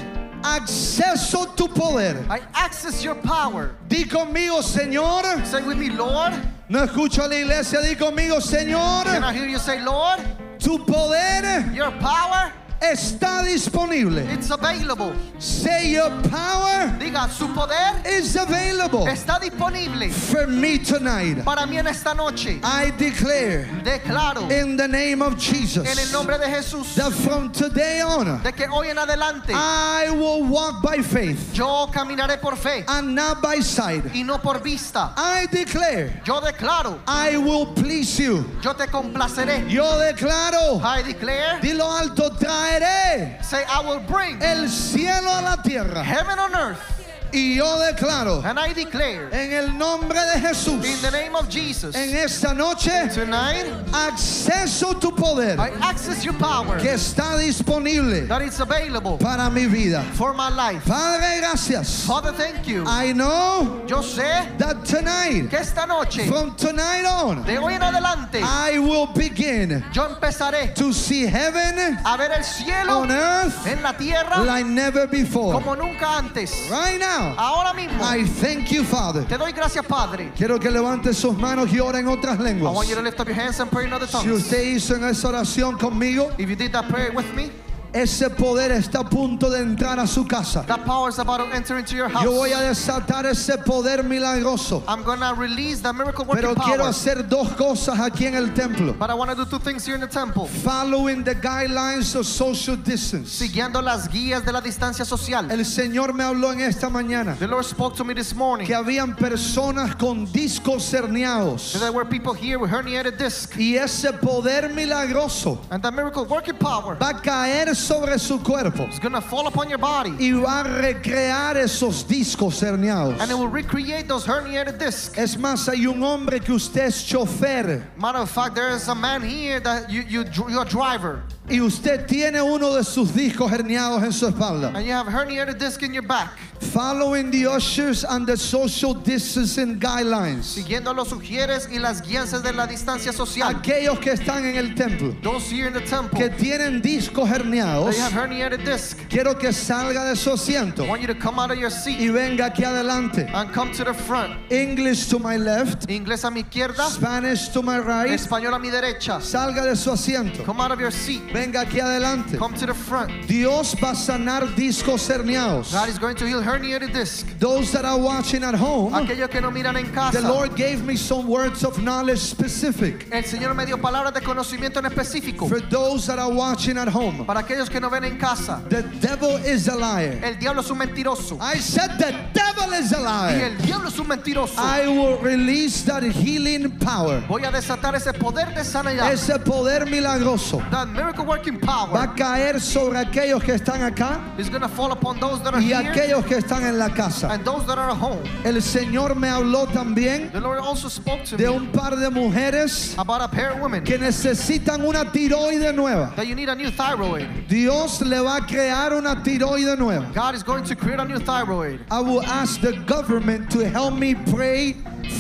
acceso tu poder. I access your power. Di conmigo, Señor. Say with me, Lord. No escucho a la iglesia. Di conmigo, Señor. Can I hear you say, Lord? Tu poder Your power está disponible. it's available. Say your power Diga, su poder is available está disponible for me tonight. para mí en esta noche. I declare Declaro in the name of en el Jesus nombre de Jesús that from today on de que hoy en adelante I will walk by faith yo caminaré por fe and not by sight. y no por vista. I declare Yo declaro, I will please you. yo te complaceré. Yo declaro I declare, Dilo alto, traeré say I will bring el cielo a la tierra. heaven on earth. Y yo declaro, And I declare en el nombre de Jesús, in the name of Jesus en esta noche, tonight acceso a tu poder I access your power que está disponible that is available para mi vida. for my life. Padre, gracias. Father, thank you. I know Yo sé that tonight, que esta noche from tonight on, De hoy en adelante, I will begin yo empezaré to see heaven a ver el cielo on earth en la tierra like never before. como nunca antes. Right now, ahora, Ahora mismo. I thank you, Father. Te doy gracias, Padre. Quiero que levante sus manos y ore en otras I want you to lenguas. lift up your hands and pray in other Si tongues. usted hizo en esa oración conmigo, If you did that prayer with me, ese poder está a punto de entrar a su casa. that power is about to enter into your house. Yo voy a desatar ese poder milagroso. I'm gonna release that miracle working Pero quiero power. hacer dos cosas aquí en el templo. But I want to do two things here in the temple. Following the guidelines of social distance. Siguiendo las guías de la distancia social. El Señor me habló en esta mañana The Lord spoke to me this morning. que habían personas con discos that herniados There were people here with herniated disc. y ese poder milagroso And that miracle working power va a caer sobre su cuerpo is gonna fall upon your body. y va a recrear esos discos herniados. And it will recreate those herniated discs. Es más, hay un hombre que usted es chofer Matter of fact, there is a man here that you, you, dr- you're a driver. y usted tiene uno de sus discos herniados en su espalda. And you have herniated disc in your back. Following the ushers and the social distancing guidelines. Siguiendo los sugieres y las guías de la distancia social. Aquellos que están en el templo, Those here in the temple, que tienen discos herniados, they have herniated disc. quiero que salga de su asiento I want you to come out of your seat y venga aquí adelante. and come to the front. English to my left, Inglés a mi izquierda, Spanish to my right. español a mi derecha. Salga de su asiento. Come out of your seat. Venga aquí adelante. Come to the front. Dios va a sanar discos herniados. God is going to heal herniated disc. Those that are watching at home, Aquellos que no miran en the casa. Lord gave me some words of knowledge specific El Señor me dio palabras de conocimiento en específico. for those that are watching at home. Para aquellos que no ven en casa. The devil is a liar. El diablo es un mentiroso. I said the devil is a Y liar. el diablo es un mentiroso. I will release that healing power. Voy a desatar ese poder de sanidad. Ese poder milagroso That miracle working va power a caer sobre aquellos que están acá is going to fall upon those that are y here aquellos que están en la casa. and those that are at home. El Señor me habló también The Lord also spoke to de me un par de mujeres about a pair of women que necesitan una tiroide nueva. that you need a new thyroid. Dios le va a crear una tiroide nueva. God is going to create a new thyroid. I will ask the government to help me pray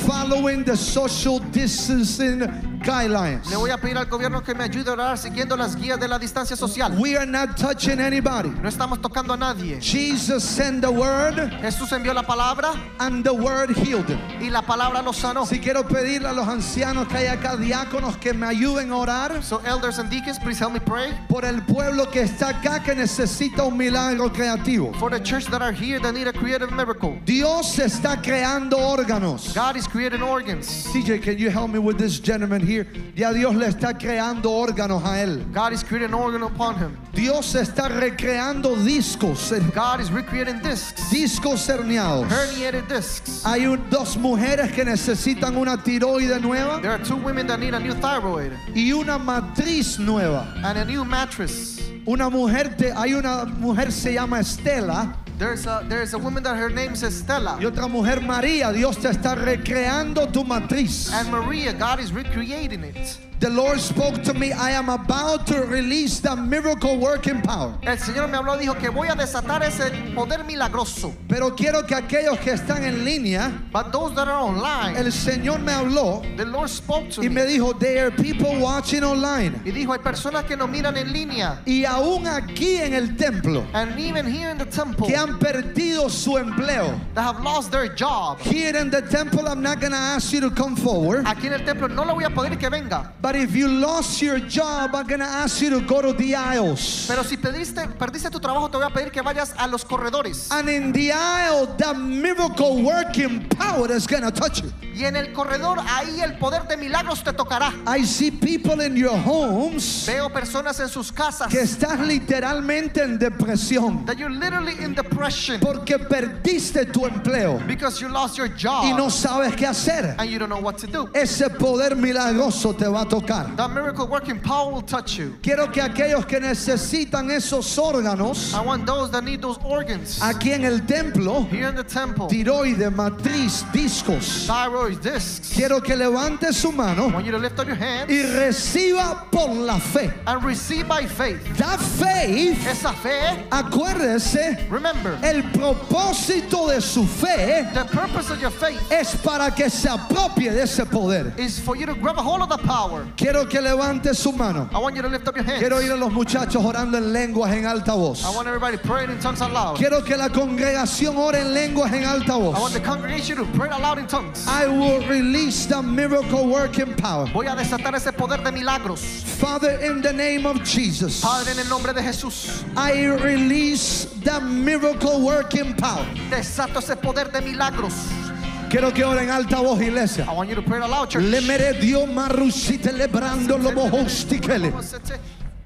following the social distancing guidelines. Le voy a pedir al gobierno que me ayude a orar siguiendo las guías de la distancia social. We are not touching anybody. No estamos tocando a nadie. Jesus sent the word Jesús envió la palabra and the word healed him. y la palabra lo sanó. Si quiero pedirle a los ancianos que hay acá, diáconos, que me ayuden a orar So elders and deacons, please help me pray por el pueblo que está acá que necesita un milagro creativo. for the church that are here that need a creative miracle. Dios está creando órganos. God is creating organs. CJ, can you help me with this gentleman here? Ya Dios le está creando órganos a él. God is creating organ upon him. Dios está recreando discos, eh, God is recreating discs, discos herniados. herniated discs. Hay un- dos mujeres que necesitan una tiroide nueva. There are two women that need a new thyroid y una matriz nueva. and a new mattress. Una mujer, te- hay una mujer se llama Estela There's a there's a woman that her name is y Estela otra mujer María. Dios te está recreando tu matriz. and Maria. God is recreating it. The Lord spoke to me. I am about to release the miracle working power. El Señor me habló, dijo que voy a desatar ese poder milagroso. Pero quiero que aquellos que están en línea, But those that are online, el Señor me habló the Lord spoke to y me me dijo, there are people watching online. y dijo hay personas que nos miran en línea Y aún aquí en el templo, and even here in the temple que han perdido su empleo. that have lost their job. Here in the temple, I'm not going to ask you to come forward. Aquí en el templo no le voy a pedir que venga. But if you lost your job, I'm gonna ask you to go to the aisles. Pero si pediste, perdiste tu trabajo, te voy a pedir que vayas a los corredores. And in the aisle, the miracle working power is gonna touch you. Y en el corredor, ahí el poder de milagros te tocará. I see people in your homes Veo personas en sus casas que estás literalmente en depresión that you're literally in depression porque perdiste tu empleo because you lost your y job no sabes qué hacer. and you don't know what to do. Ese poder milagroso te va a tocar. That miracle working power will touch you. Quiero que aquellos que necesitan esos órganos I want those that need those organs aquí en el templo, here in the temple. tiroides, matriz, discos. Thyroid discs. Quiero que levante su I mano want you to lift up your hand y reciba por la fe. and receive by faith. Da fe, Esa fe, acuérdese, remember, el propósito de su fe the purpose of your faith es para que se apropie de ese poder. is for you to grab a hold of the power. prayer. Quiero que levante su mano. I want you to lift up your hands. Quiero ir a los muchachos orando en lenguas en alta voz. I want everybody praying in tongues out loud. Quiero que la congregación ore en lenguas en alta I want voz. the congregation to pray out loud in tongues. I will release the miracle working power. Voy a desatar ese poder de milagros. Father, in the name of Jesus, Padre, en el nombre de Jesús, I release the miracle working power. desato ese poder de milagros. Quiero que ore en alta voz, iglesia. I want you to pray out loud, church. Le meredio marrusi celebrando lo bohostikele. este,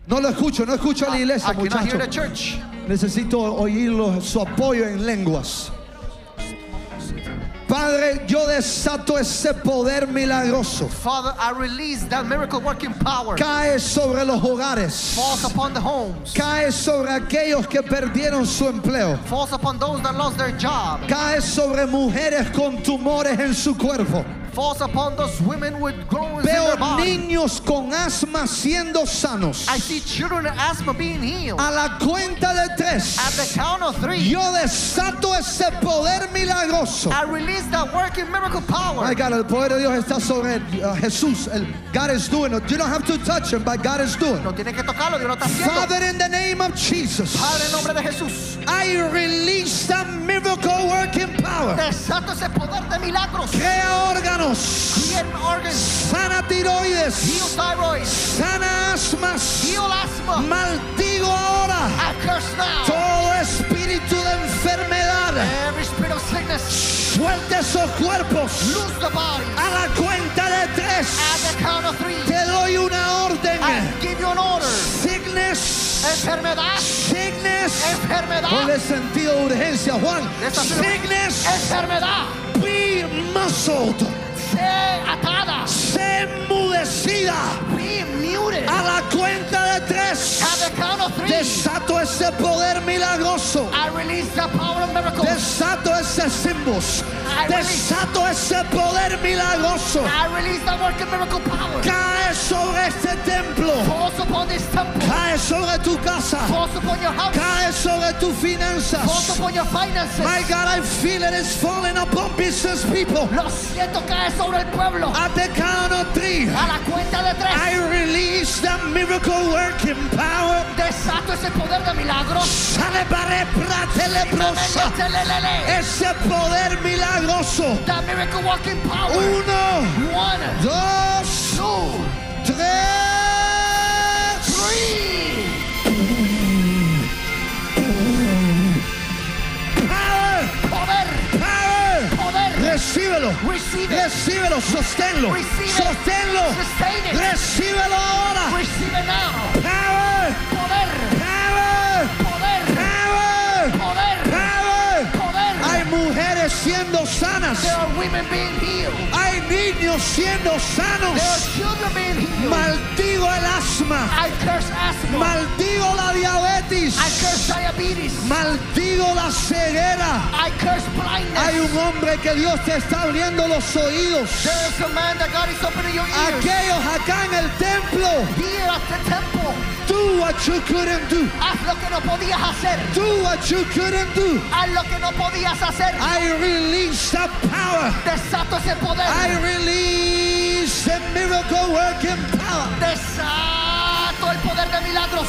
No lo escucho, no escucho a la iglesia, I cannot hear muchachos. the church. Necesito oírlo, su apoyo en lenguas. Padre, yo desato ese poder milagroso. Father, I release that miracle working power. Cae sobre los hogares. Falls upon the homes. Cae sobre aquellos que perdieron su empleo. Falls upon those that lost their job. Cae sobre mujeres con tumores en su cuerpo. Falls upon those women with groans in their Veo body. niños con asma siendo sanos. I see children with asthma being healed. A la cuenta de At the tres, count of three, Ah. yo desato ese poder milagroso. I release that working miracle My power. God, el poder de Dios está sobre uh, Jesús. El, God is doing it. You don't have to touch him, but God is doing No it. tiene que tocarlo, Dios lo está haciendo. Father, in the name of Jesus, Padre, en nombre de Jesús, I release the miracle working power. desato ese poder de milagros. Crea órganos, Heal organs, sana heal tiroides, thyroid, sana asmas. heal asthma. Maldigo ahora I curse now todo espíritu de enfermedad. every spirit of sickness. Suelta esos cuerpos Loose the body. a la cuenta de At the tres. count of three, Te doy una orden. I give you an order. Sickness. Enfermedad, Sickness. enfermedad, Ponle sentido de urgencia, Juan. Esta Sickness. enfermedad. Be muzzled. Sé atada, Sé enmudecida. be muted. A la cuenta de tres. At the count of three, Desato ese poder milagroso. I release the power of miracles. Desato ese símbolo. Desato ese poder milagroso. I release the working miracle power. Cae sobre este templo. Falls upon this temple. Cae sobre tu casa. Falls upon your house. Cae sobre tus Falls finanzas. upon your finances. My God, I feel it is falling upon business people. Lo siento caer sobre el pueblo. At the count of three, A la cuenta de tres. I release the miracle working power. Desato ese poder de milagros. Sale para Tremendo, leprosa. telelele. Ese poder milagroso. The miracle working power. Uno, One, dos, two, tres. three. Power, Poder, power. poder. Recíbelo. Receive it. Recíbelo, sosténlo. Receive it. Sosténlo. Sustain it. Recíbelo ahora. Receive it now. Power, Poder, power, poder, power, poder, power. Hay poder. mujeres siendo There sanas. are women being healed. Hay niños siendo There are sanos. children being healed. Maldigo el asma. I curse asthma. Maldigo la I diabetes. curse diabetes. Maldigo la ceguera. I curse Hay blindness. un hombre que Dios te está abriendo los oídos. There is a man that God is opening your ears. Aquellos acá en el templo. Here at the temple, Do what you couldn't do. haz lo que no podías hacer. Do what you couldn't do. Haz lo que no podías hacer. I release the power. Desato ese I poder. release the miracle working power. Desato el poder de milagros.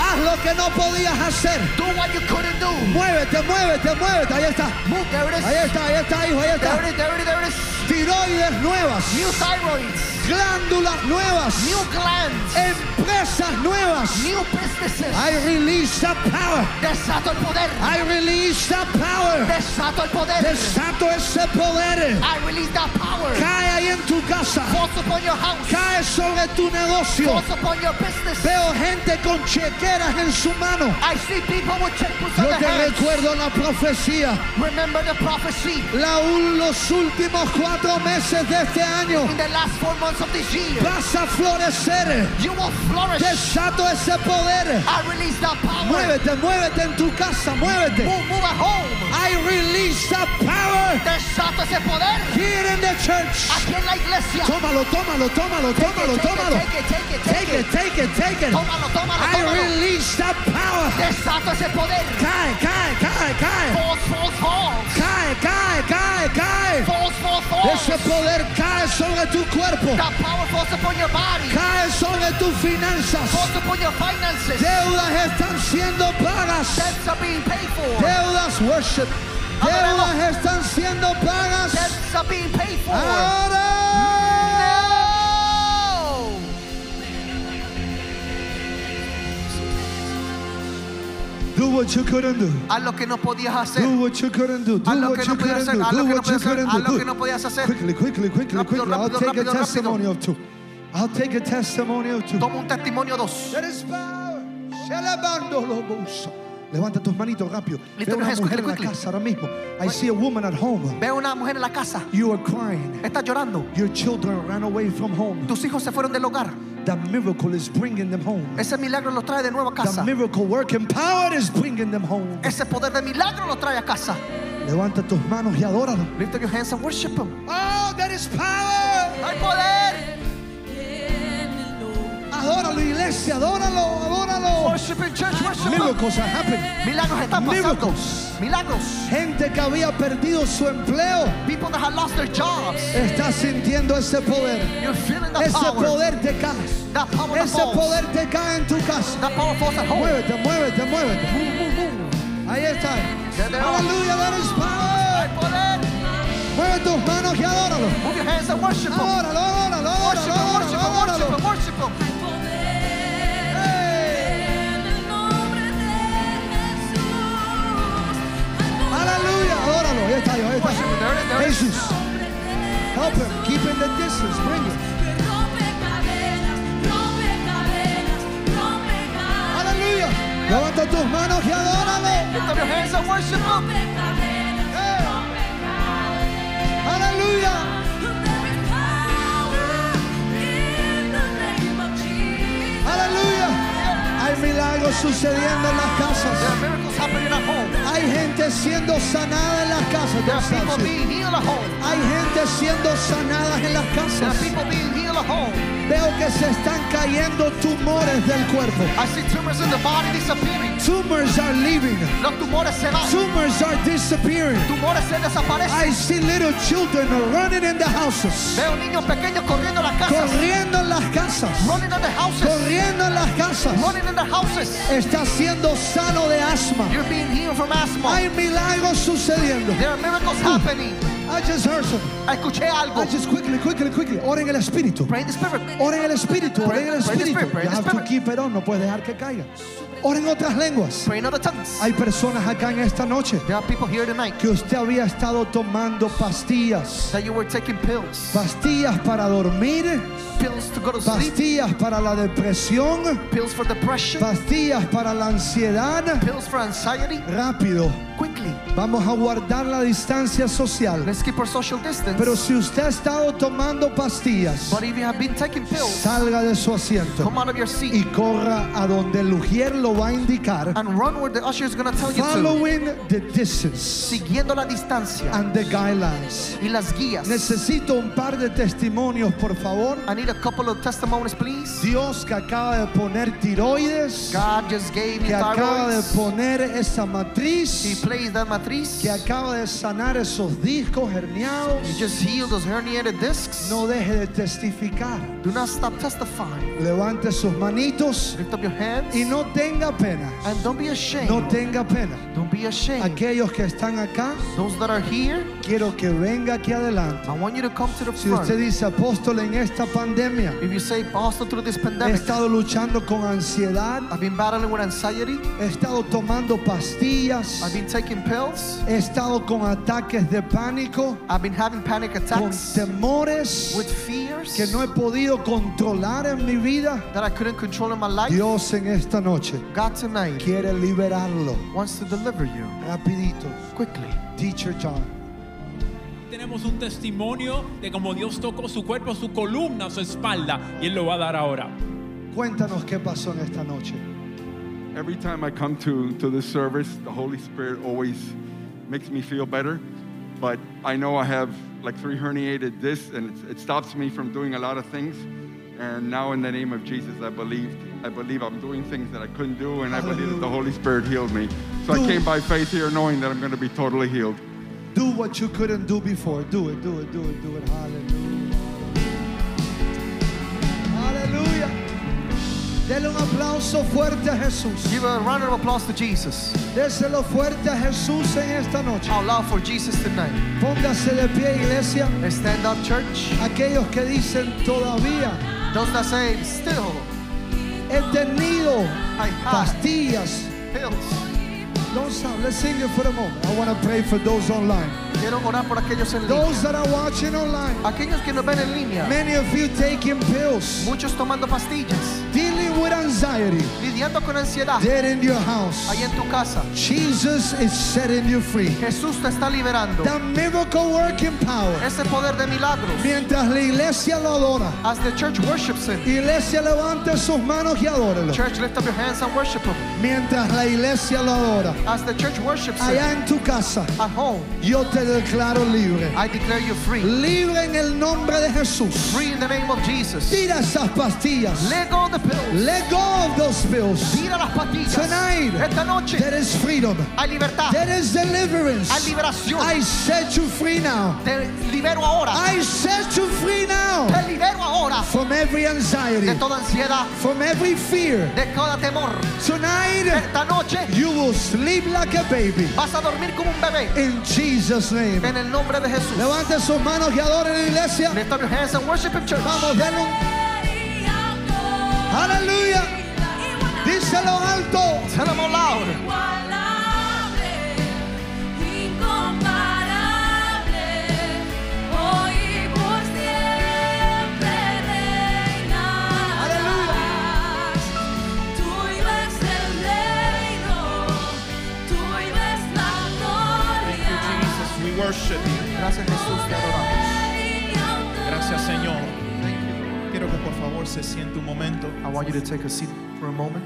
Haz lo que no podías hacer. Do what you couldn't do. Muévete, muévete, muévete. Ahí está. Move. There it Ahí is. está, ahí está, hijo. Ahí There está. it is. There it is. There it is. Tiroides nuevas. New thyroids. Glándulas nuevas. New glands. Empresas nuevas. New businesses. I release the power. Desato el poder. I release the power. Desato el poder. Desato ese poder. I release that power. Cae ahí en tu casa. Falls upon your house. Cae sobre tu negocio. Falls upon your business. Veo gente con chequeras en su mano. I see people with checkbooks on Yo their te hands. recuerdo la profecía. Remember the prophecy. La un- los últimos cuatro meses de este año In the last four months of this year, vas a florecer. you will flourish. Desato ese poder. I release that power. Muévete, muévete en tu casa, muévete. Move, move at home. I release the power Desato ese poder. here in the church. Aquí en la iglesia. Tómalo, tómalo, tómalo, tómalo, Take it, tómalo. Take it, take it, take Take it. it, take it, take it. Tómalo, tómalo, I tómalo. release the power. Desato ese poder. Cae, cae, cae, cae. Falls, falls, falls. Cae, cae, cae, cae. Falls, falls, Ese falls. poder cae sobre tu cuerpo. That power falls upon your body. Cae sobre tus finanzas. Falls upon your finances. Deudas están siendo pagas. Debts are being paid for. Deudas, worship. Adoremos. Deudas están siendo pagas. Debts are being paid for. Ah. Ahora. No! Do what you couldn't do. Haz lo que no podías hacer. Do what you couldn't do. Do Haz lo what que you no podías couldn't hacer. do. Haz Do lo que no what you couldn't podías hacer. Haz lo do. que no Do- podías hacer. Quickly, quickly, quickly, Rápido, quickly. I'll rápido, take a rápido, rápido. testimony of two. I'll take a testimony of two. Toma un testimonio dos. There is power. Shalabandolobosa. Levanta tus manitos rápido. Lift Ve up una your hands mujer quickly, en la quickly. casa ahora mismo. I see a woman at home. Ve a una mujer en la casa. You are crying. Está llorando. Your children ran away from home. Tus hijos se fueron del hogar. That miracle is bringing them home. Ese milagro los trae de nuevo a casa. That miracle working power is bringing them home. Ese poder de milagro los trae a casa. Levanta tus manos y adóralo. Lift up your hands and worship Him. Oh, there is power. ¡Hay poder! Adóralo, iglesia. Adóralo, adóralo. Worship Him, church, worship Him. Miracles are happening. Milagros están pasando. Miracles. Milagros. Gente que había perdido su empleo People that have lost their jobs. está sintiendo ese poder. You're feeling the Ese power. poder te cae. That power that Ese falls. poder te cae en tu casa. That power falls at home. Muévete, muévete, muévete. Ahí está. Ya te vas. Aleluya, there is ¡Hay power. poder! Mueve tus manos y adóralo. Move your hands and worship Him. Adóralo, adóralo, Worship Him, adóralo, worship Him, adóralo. worship Him, worship Him. Aleluya, adóralo. Ahí está, ahí Worship Him. There está. it is, there it is. Jesús, help him. Keep in the distance. Bring it. Aleluya. Levanta tus manos y adóralo. Lift up your hands and worship Him. Aleluya. Aleluya. Hay milagros sucediendo en las There casas. are miracles happening at home. Hay gente siendo sanada en las casas. There are people Don't stop, sí. being healed at home. Hay gente siendo sanadas en las There casas. are people being healed at home. Veo que se están cayendo tumores del cuerpo. I see tumors in the body disappearing. Tumors are leaving. Los tumores se van. Tumors are disappearing. Tumores se desaparecen. I see little children running in the houses. Veo niños pequeños corriendo a las casas. Corriendo en las casas. Running in the houses. Corriendo en las casas. Running in the houses. Está siendo sano de asma. You're being healed from asthma. Hay milagros sucediendo. There are miracles happening. I just heard something. Escuché algo. I just quickly, quickly, quickly. Oren el espíritu. Pray in the spirit. Oren el espíritu. Oren el Pray in the espíritu. spirit, pray in You the have to spirit. keep it on. No puedes dejar que caiga. Oren otras lenguas. Pray in other tongues. Hay personas acá en esta noche There are people here tonight que usted había estado tomando pastillas. that you were taking pills. Pastillas para dormir, Pills to go to sleep. pastillas para la depresión, Pills for depression. pastillas para la ansiedad. Pills for anxiety. Rápido, Quickly. vamos a guardar la distancia social. Let's keep our social distance. Pero si usted ha estado tomando pastillas, But if you have been taking pills, salga de su asiento come out of your y seat corra a donde el ujier lo va a indicar, and run where the usher is going to tell you to. following the distance Siguiendo la distancia and the guidelines. y las guías. Necesito un par de testimonios, por favor. I need a couple of testimonies, please. Dios que acaba de poner tiroides, God just gave me que acaba de thyroids. poner esa He matriz, plays that matriz. que acaba de sanar esos discos You herniados. just heal those herniated discs. No deje de testificar. Do not stop testifying. Levante sus manitos Lift up your hands y no tenga pena. and don't be ashamed. No tenga pena. Don't be ashamed. Aquellos que están acá, Those that are here, quiero que venga aquí adelante. I want you to come to the Si usted front. dice apóstol en esta pandemia, If you say, Pastor, through this he pandemic, estado luchando con ansiedad, I've been battling with anxiety. he estado tomando I've pastillas, been taking pills. He estado con ataques de pánico, I've been having panic con attacks temores with fears que no he podido controlar en mi vida. that I couldn't control in my life. Dios en esta noche God tonight quiere liberarlo wants to deliver you rapidito. quickly. Teacher John, Tenemos un testimonio de cómo Dios tocó su cuerpo, su columna, su espalda, y Él lo va a dar ahora. cuéntanos qué pasó en esta noche. Every time I come to, to this service, the Holy Spirit always makes me feel better. But I know I have like three herniated discs, and it, it stops me from doing a lot of things. And now, in the name of Jesus, I believe I believe I'm doing things that I couldn't do, and I believe that the Holy Spirit healed me. So I came by faith here, knowing that I'm going to be totally healed. Do what you couldn't do before. Do it, do it, do it, do it. Hallelujah. Dele un aplauso fuerte a Jesús. Give a round of applause to Jesus. Déselo fuerte a Jesús en esta noche. Out loud for Jesus tonight. Póngase de pie, iglesia. And stand up, church. Aquellos que dicen todavía Those that say, still, he tenido I have pastillas. pills. Don't sound. Let's sing it for a moment. I want to pray for those online. Quiero orar por aquellos en línea. Those that are watching online. Aquellos que nos ven en línea. Many of you taking pills, Muchos tomando pastillas. dealing with anxiety, Lidiando con ansiedad. dead in your house. Ahí en tu casa. Jesus is setting you free. Jesús te está liberando. The miracle working power. Ese poder de milagros. Mientras la iglesia lo adora, As the church worships him. iglesia levante sus manos y adórelo. Church, lift up your hands and worship him. Mientras la iglesia lo adora, As the church worships allá him. en tu casa, At home, yo te declaro libre. I declare you free. Libre en el nombre de Jesús. Free in the name of Jesus. Tira esas pastillas. Let go of the pills. Let go of those pills. Tira las pastillas. Tonight. Esta noche There is freedom. hay libertad. There is deliverance. Hay liberación. I set you free now. Te libero ahora. I set you free now Te libero ahora from every de anxiety, toda ansiedad, from every fear. de cada temor. Tonight, Esta noche you will sleep like a baby vas a dormir como un bebé. in Jesus' name. En el nombre de Jesús. Levante sus manos y adoren la iglesia. Lift up your hands and worship him, church. Vamos, denle un aleluya. Díselo alto. Tell them out loud. Jesus, we worship you. Gracias Jesús, te adoramos. Gracias, Señor. Quiero que por favor se siente un momento. I want you to take a seat for a moment.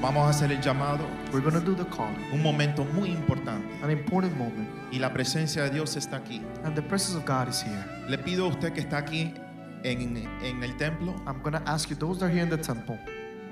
Vamos a hacer el llamado, We're going to do the calling. un momento muy importante. An important moment. Y la presencia de Dios está aquí. And the presence of God is here. Le pido a usted que está aquí en, en el templo, I'm going to ask you, those that are here in the temple,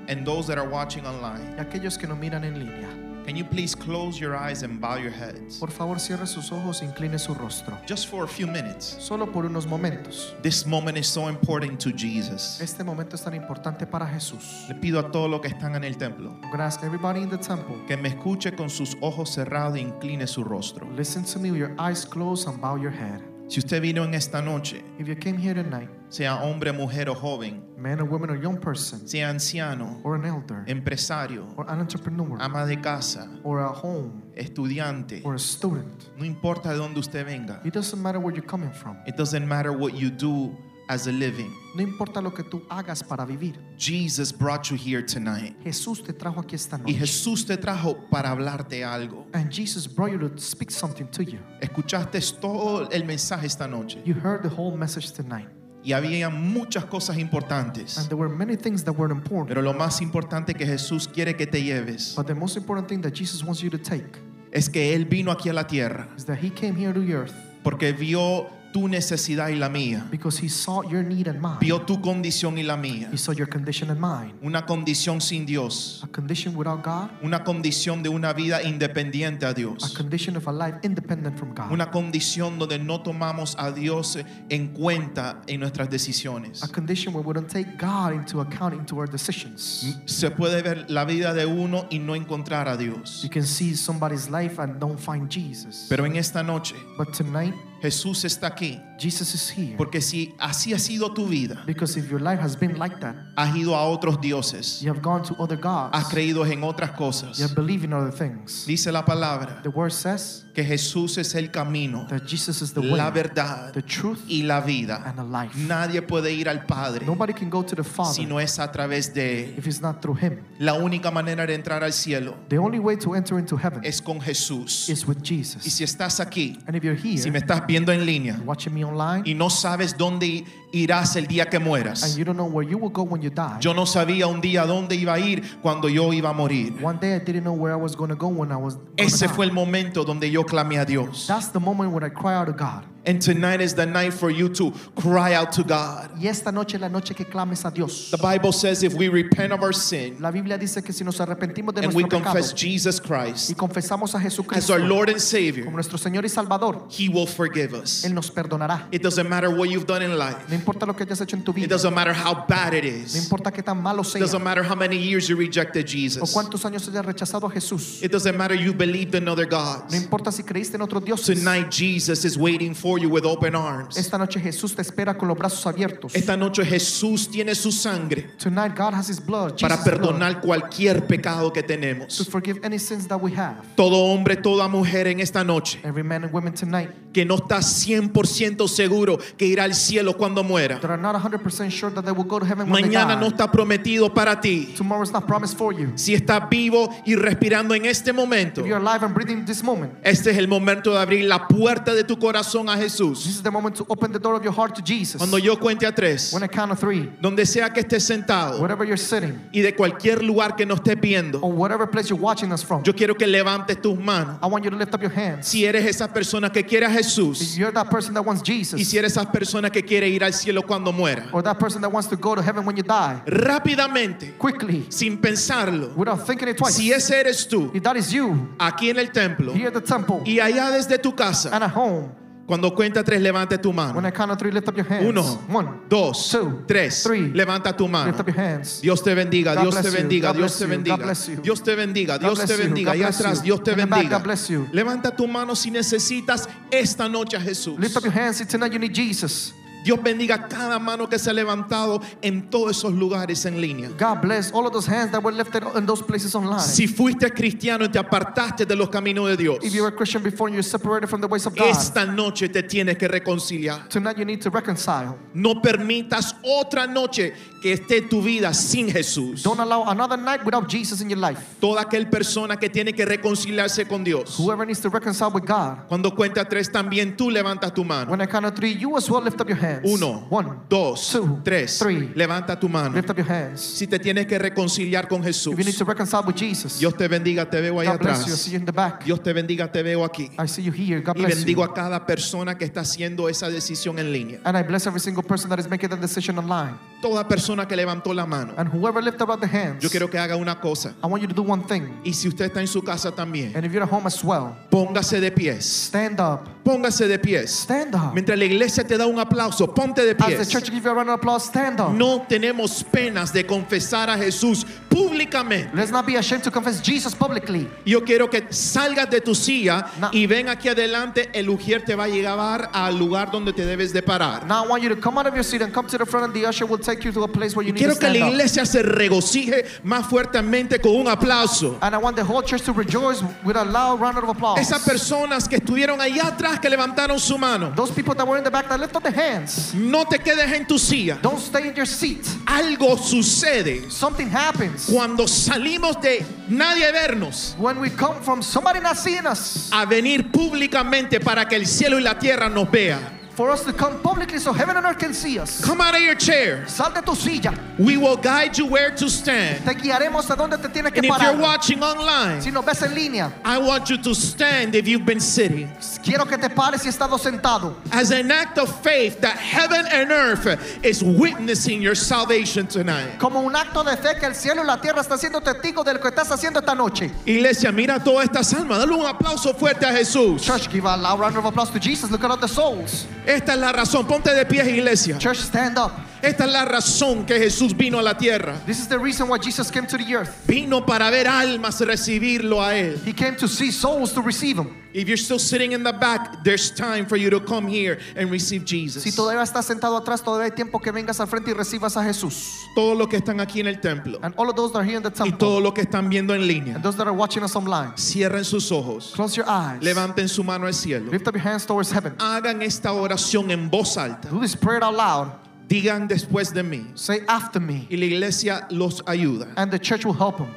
and those that are watching online, y aquellos que no miran en línea, can you please close your eyes and bow your heads? por favor cierre sus ojos e incline su rostro. Just for a few minutes. Solo por unos momentos. This moment is so important to Jesus. Este momento es tan importante para Jesús. Le pido a todos los que están en el templo I'm going to ask everybody in the temple, que me escuche con sus ojos cerrados e incline su rostro. listen to me with your eyes closed and bow your head. Si usted vino en esta noche, If you came here tonight, sea hombre, mujer o joven, man or woman or young person, sea anciano, or an elder, empresario, or an entrepreneur, ama de casa, or a home, estudiante, or a student, no importa de dónde usted venga. It doesn't matter where you're coming from. It doesn't matter what you do as a living. No importa lo que tú hagas para vivir. Jesus brought you here tonight. Jesús te trajo aquí esta noche. Y Jesús te trajo para hablarte algo. And Jesus brought you to speak something to you. Escuchaste todo el mensaje esta noche You heard the whole message tonight. y había muchas cosas And importantes. there were many things that were important. Pero lo más importante que Jesús quiere que te lleves But the most important thing that Jesus wants you to take es que Él vino aquí a la tierra is that He came here to the earth porque vio tu necesidad y la mía. because He saw your need and mine. Vio tu condición y la mía. He saw your condition and mine. Una condición sin Dios. A condition without God, Una condición de una vida independiente a a Dios. condition of a life independent from God, Una condición donde no tomamos a Dios en cuenta en nuestras decisiones. a condition where we don't take God into account into our decisions. Se puede ver la vida de uno y no encontrar a Dios. You can see somebody's life and don't find Jesus. Pero en esta noche But tonight, Jesús está aquí. Jesus is here. Porque si así ha sido tu vida, Because if your life has been like that, has ido a otros dioses, you have gone to other has gods, creído en otras you have cosas. believed in other things. Dice la palabra The word says que Jesús es el camino, that Jesus is the la way, verdad the truth, y la vida. and the life. Nadie puede ir al Padre Nobody can go to the si Father no es a través de Él. if it's not through Him. La única manera de entrar al cielo The only way to enter into heaven es con Jesús. is with Y Jesus. si estás aquí, And if you're si me here, estás viendo en línea watching me online, y no sabes dónde irás el día que and mueras, you don't know where you will go when you die, yo no sabía un día dónde iba a ir cuando yo iba a morir. one day I didn't know where I was going to go when I was. gonna Ese fue die. el momento donde yo clamé a Dios. That's the moment when I cry out to God. And tonight is the night for you to cry out to God. Y esta noche es la noche que clames a Dios. The Bible says if we repent of our sin La Biblia dice que si nos arrepentimos de and we nuestro pecado confess Jesus y Christ confesamos a as Jesucristo our Lord como and Savior, nuestro Señor y Salvador, He will forgive us. Él nos perdonará. It doesn't matter what you've done in No life, importa lo que hayas hecho en tu it vida, doesn't matter how bad it no is, importa qué tan malo it sea doesn't matter how many years you rejected o Jesus, cuántos años hayas rechazado a Jesús. it doesn't matter you believed in other No gods. importa si creíste en otros dioses. Tonight, Jesus is waiting for you with open arms. Esta noche Jesús te espera con los brazos abiertos. Esta noche, Jesús tiene su sangre Tonight God has his blood, para Jesus' blood, perdonar cualquier pecado que to tenemos. forgive any sins that we have. Todo hombre, toda mujer en esta noche Every man and woman tonight que no está 100% seguro que irá al cielo cuando muera. that are not 100% sure that they will go to heaven when Mañana no they die. está prometido para ti. Tomorrow is not promised for you. Si estás vivo y respirando en este momento, If you're alive and breathing this moment, este es el momento de abrir la puerta de tu corazón a this Jesús. is the moment to open the door of your heart to Jesus. Cuando yo cuente a tres, When I count of three, donde sea que estés sentado wherever you're sitting y de cualquier lugar que nos estés viendo, or whatever place you're watching us from, yo quiero que levantes tus manos. I want you to lift up your hands. Si eres esa persona que quiere a If Jesús you're that person that wants y Jesus si eres esa persona que quiere ir al cielo cuando muera, or that person that wants to go to heaven when you die, rápidamente, quickly, sin pensarlo, without thinking it twice, si ese eres tú, if that is you, aquí en el templo here at the temple y allá desde tu casa, and at home, cuando cuenta tres, levante tu When I mano. count of three, lift up your hands. Uno, One, dos, two, tres, three. levanta tu mano. Lift up your hands. Dios te bendiga, God Dios te bless you, bendiga, God Dios te bless you, bendiga. God bless you. Dios te bendiga, God Dios te bless you, bendiga. God Allá bless atrás, you. Dios te In the back, bendiga. God bless you. Levanta tu mano si necesitas esta noche a Jesús. Lift up your hands if tonight you need Jesus. Dios bendiga cada mano que se ha levantado en todos esos lugares en línea. God bless all of those hands that were lifted in those places online. Si fuiste cristiano y te apartaste de los caminos de Dios, if you were a Christian before and you're separated from the ways of God, esta noche te tienes que reconciliar. tonight you need to reconcile. No permitas otra noche que esté tu vida sin Jesús. Don't allow another night without Jesus in your life. Toda aquel persona que tiene que reconciliarse con Dios. Whoever needs to reconcile with God, Cuando cuenta tres, también tú levantas tu mano. when I count of three, you as well lift up your hands. Uno, One, dos, two, tres. three. Levanta tu mano. Lift up your hands. Si te tienes que reconciliar con Jesús, If you need to reconcile with Jesus, Dios te bendiga, te veo ahí God bless you. I see atrás. you in the back. Dios te bendiga, te veo aquí. I see you here. God Y bless bendigo you. a cada persona que está haciendo esa decisión en línea. And I bless every single person that is making that decision online. Toda persona que levantó la mano. And whoever lifted up the hands, Yo quiero que haga una cosa. I want you to do one thing. Y si usted está en su casa también, And if you're at home as well, póngase de pies. stand up. Póngase de pies. Stand up. Mientras la iglesia te da un aplauso, ponte de As the pies. church give you a round of applause, stand up. No tenemos penas de confesar a Jesús públicamente. Let's not be ashamed to confess Jesus publicly. Yo quiero que salgas de tu silla No. y ven aquí adelante. El ujier te va a llevar al lugar donde te debes de parar. Now I want you to come out of your seat and come to the front, and the usher will take you to a place where you need to Quiero que la stand up. iglesia se regocije más fuertemente con un aplauso. And I want the whole church to rejoice with a loud round of applause. Esas personas que estuvieron allá atrás que levantaron su mano, Those people that were in the back that lift up their hands, no te quedes en tu silla. don't stay in your seat. Algo sucede Something happens cuando salimos de nadie vernos when we come from somebody not seeing us. a venir públicamente para que el cielo y la tierra nos vea. For us to come publicly so heaven and earth can see us. Come out of your chair. Sal de tu silla. We will guide you where to stand. Te guiaremos a donde te tienes que And if parar. you're watching online, Si nos ves en línea, I want you to stand if you've been sitting. quiero que te pares si has estado sentado. As an act of faith that heaven and earth is witnessing your salvation tonight. Como un acto de fe que el cielo y la tierra están siendo testigos de lo que estás haciendo esta noche. Iglesia, mira todas estas almas. Dale un aplauso fuerte a Jesús. Church, give a loud round of applause to Jesus. Look at all the souls. Esta es la razón. Ponte de pie, iglesia. Church, stand up. Esta es la razón que Jesús vino a la tierra. This is the reason why Jesus came to the earth. Vino para ver almas recibirlo a Él. He came to see souls to receive him. If you're still sitting in the back, there's time for you to come here and receive Jesus. Si todavía estás sentado atrás, todavía hay tiempo que vengas al frente y recibas a Jesús. Todos los que están aquí en el templo And all of those that are here in the y temple, todos los que están viendo en línea, and those that are watching us online, cierren sus ojos. close your eyes. Levanten su mano al cielo. Lift up your hands towards heaven. Hagan esta oración en voz alta. Do this prayer out loud. Digan después de mí. Say after me. Y la iglesia los ayuda. and the church will help him.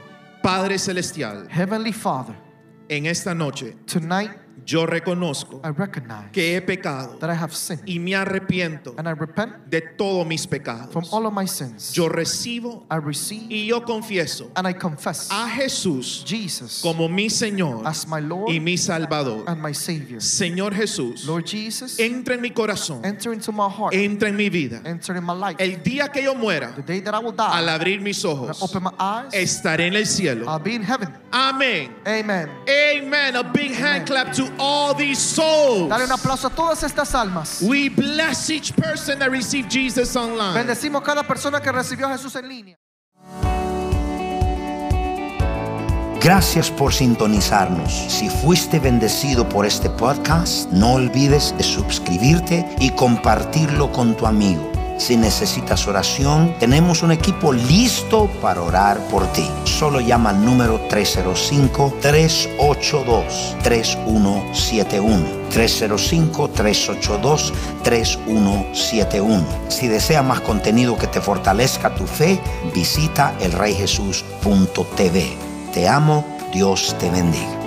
Padre Celestial, Heavenly Father, en esta noche tonight yo reconozco I recognize que he pecado that I have sinned y me arrepiento and I repent de todos mis Ah, from pecados. all of my sins. Yo recibo I receive y yo confieso and I confess a Jesús Jesus como mi Señor as my Lord y mi Salvador. and my Savior. Señor Jesús, Lord Jesus, entra en mi corazón, enter into my heart, entra en mi vida. enter in my life. El día que yo muera, The day that I will al die, abrir mis when I ojos, open my eyes, estaré en el cielo. I'll be in heaven. Amén. Amen. Amen. A big Amen. hand clap to all these souls. Dale un aplauso a todas estas almas. We bless each person that received Jesus online. Bendecimos cada persona que recibió a Jesús en línea. Gracias por sintonizarnos. Si fuiste bendecido por este podcast, no olvides de suscribirte y compartirlo con tu amigo. Si necesitas oración, tenemos un equipo listo para orar por ti. Solo llama al número 305-382-3171. 305-382-3171. Si deseas más contenido que te fortalezca tu fe, visita elreyjesus.tv. Te amo, Dios te bendiga.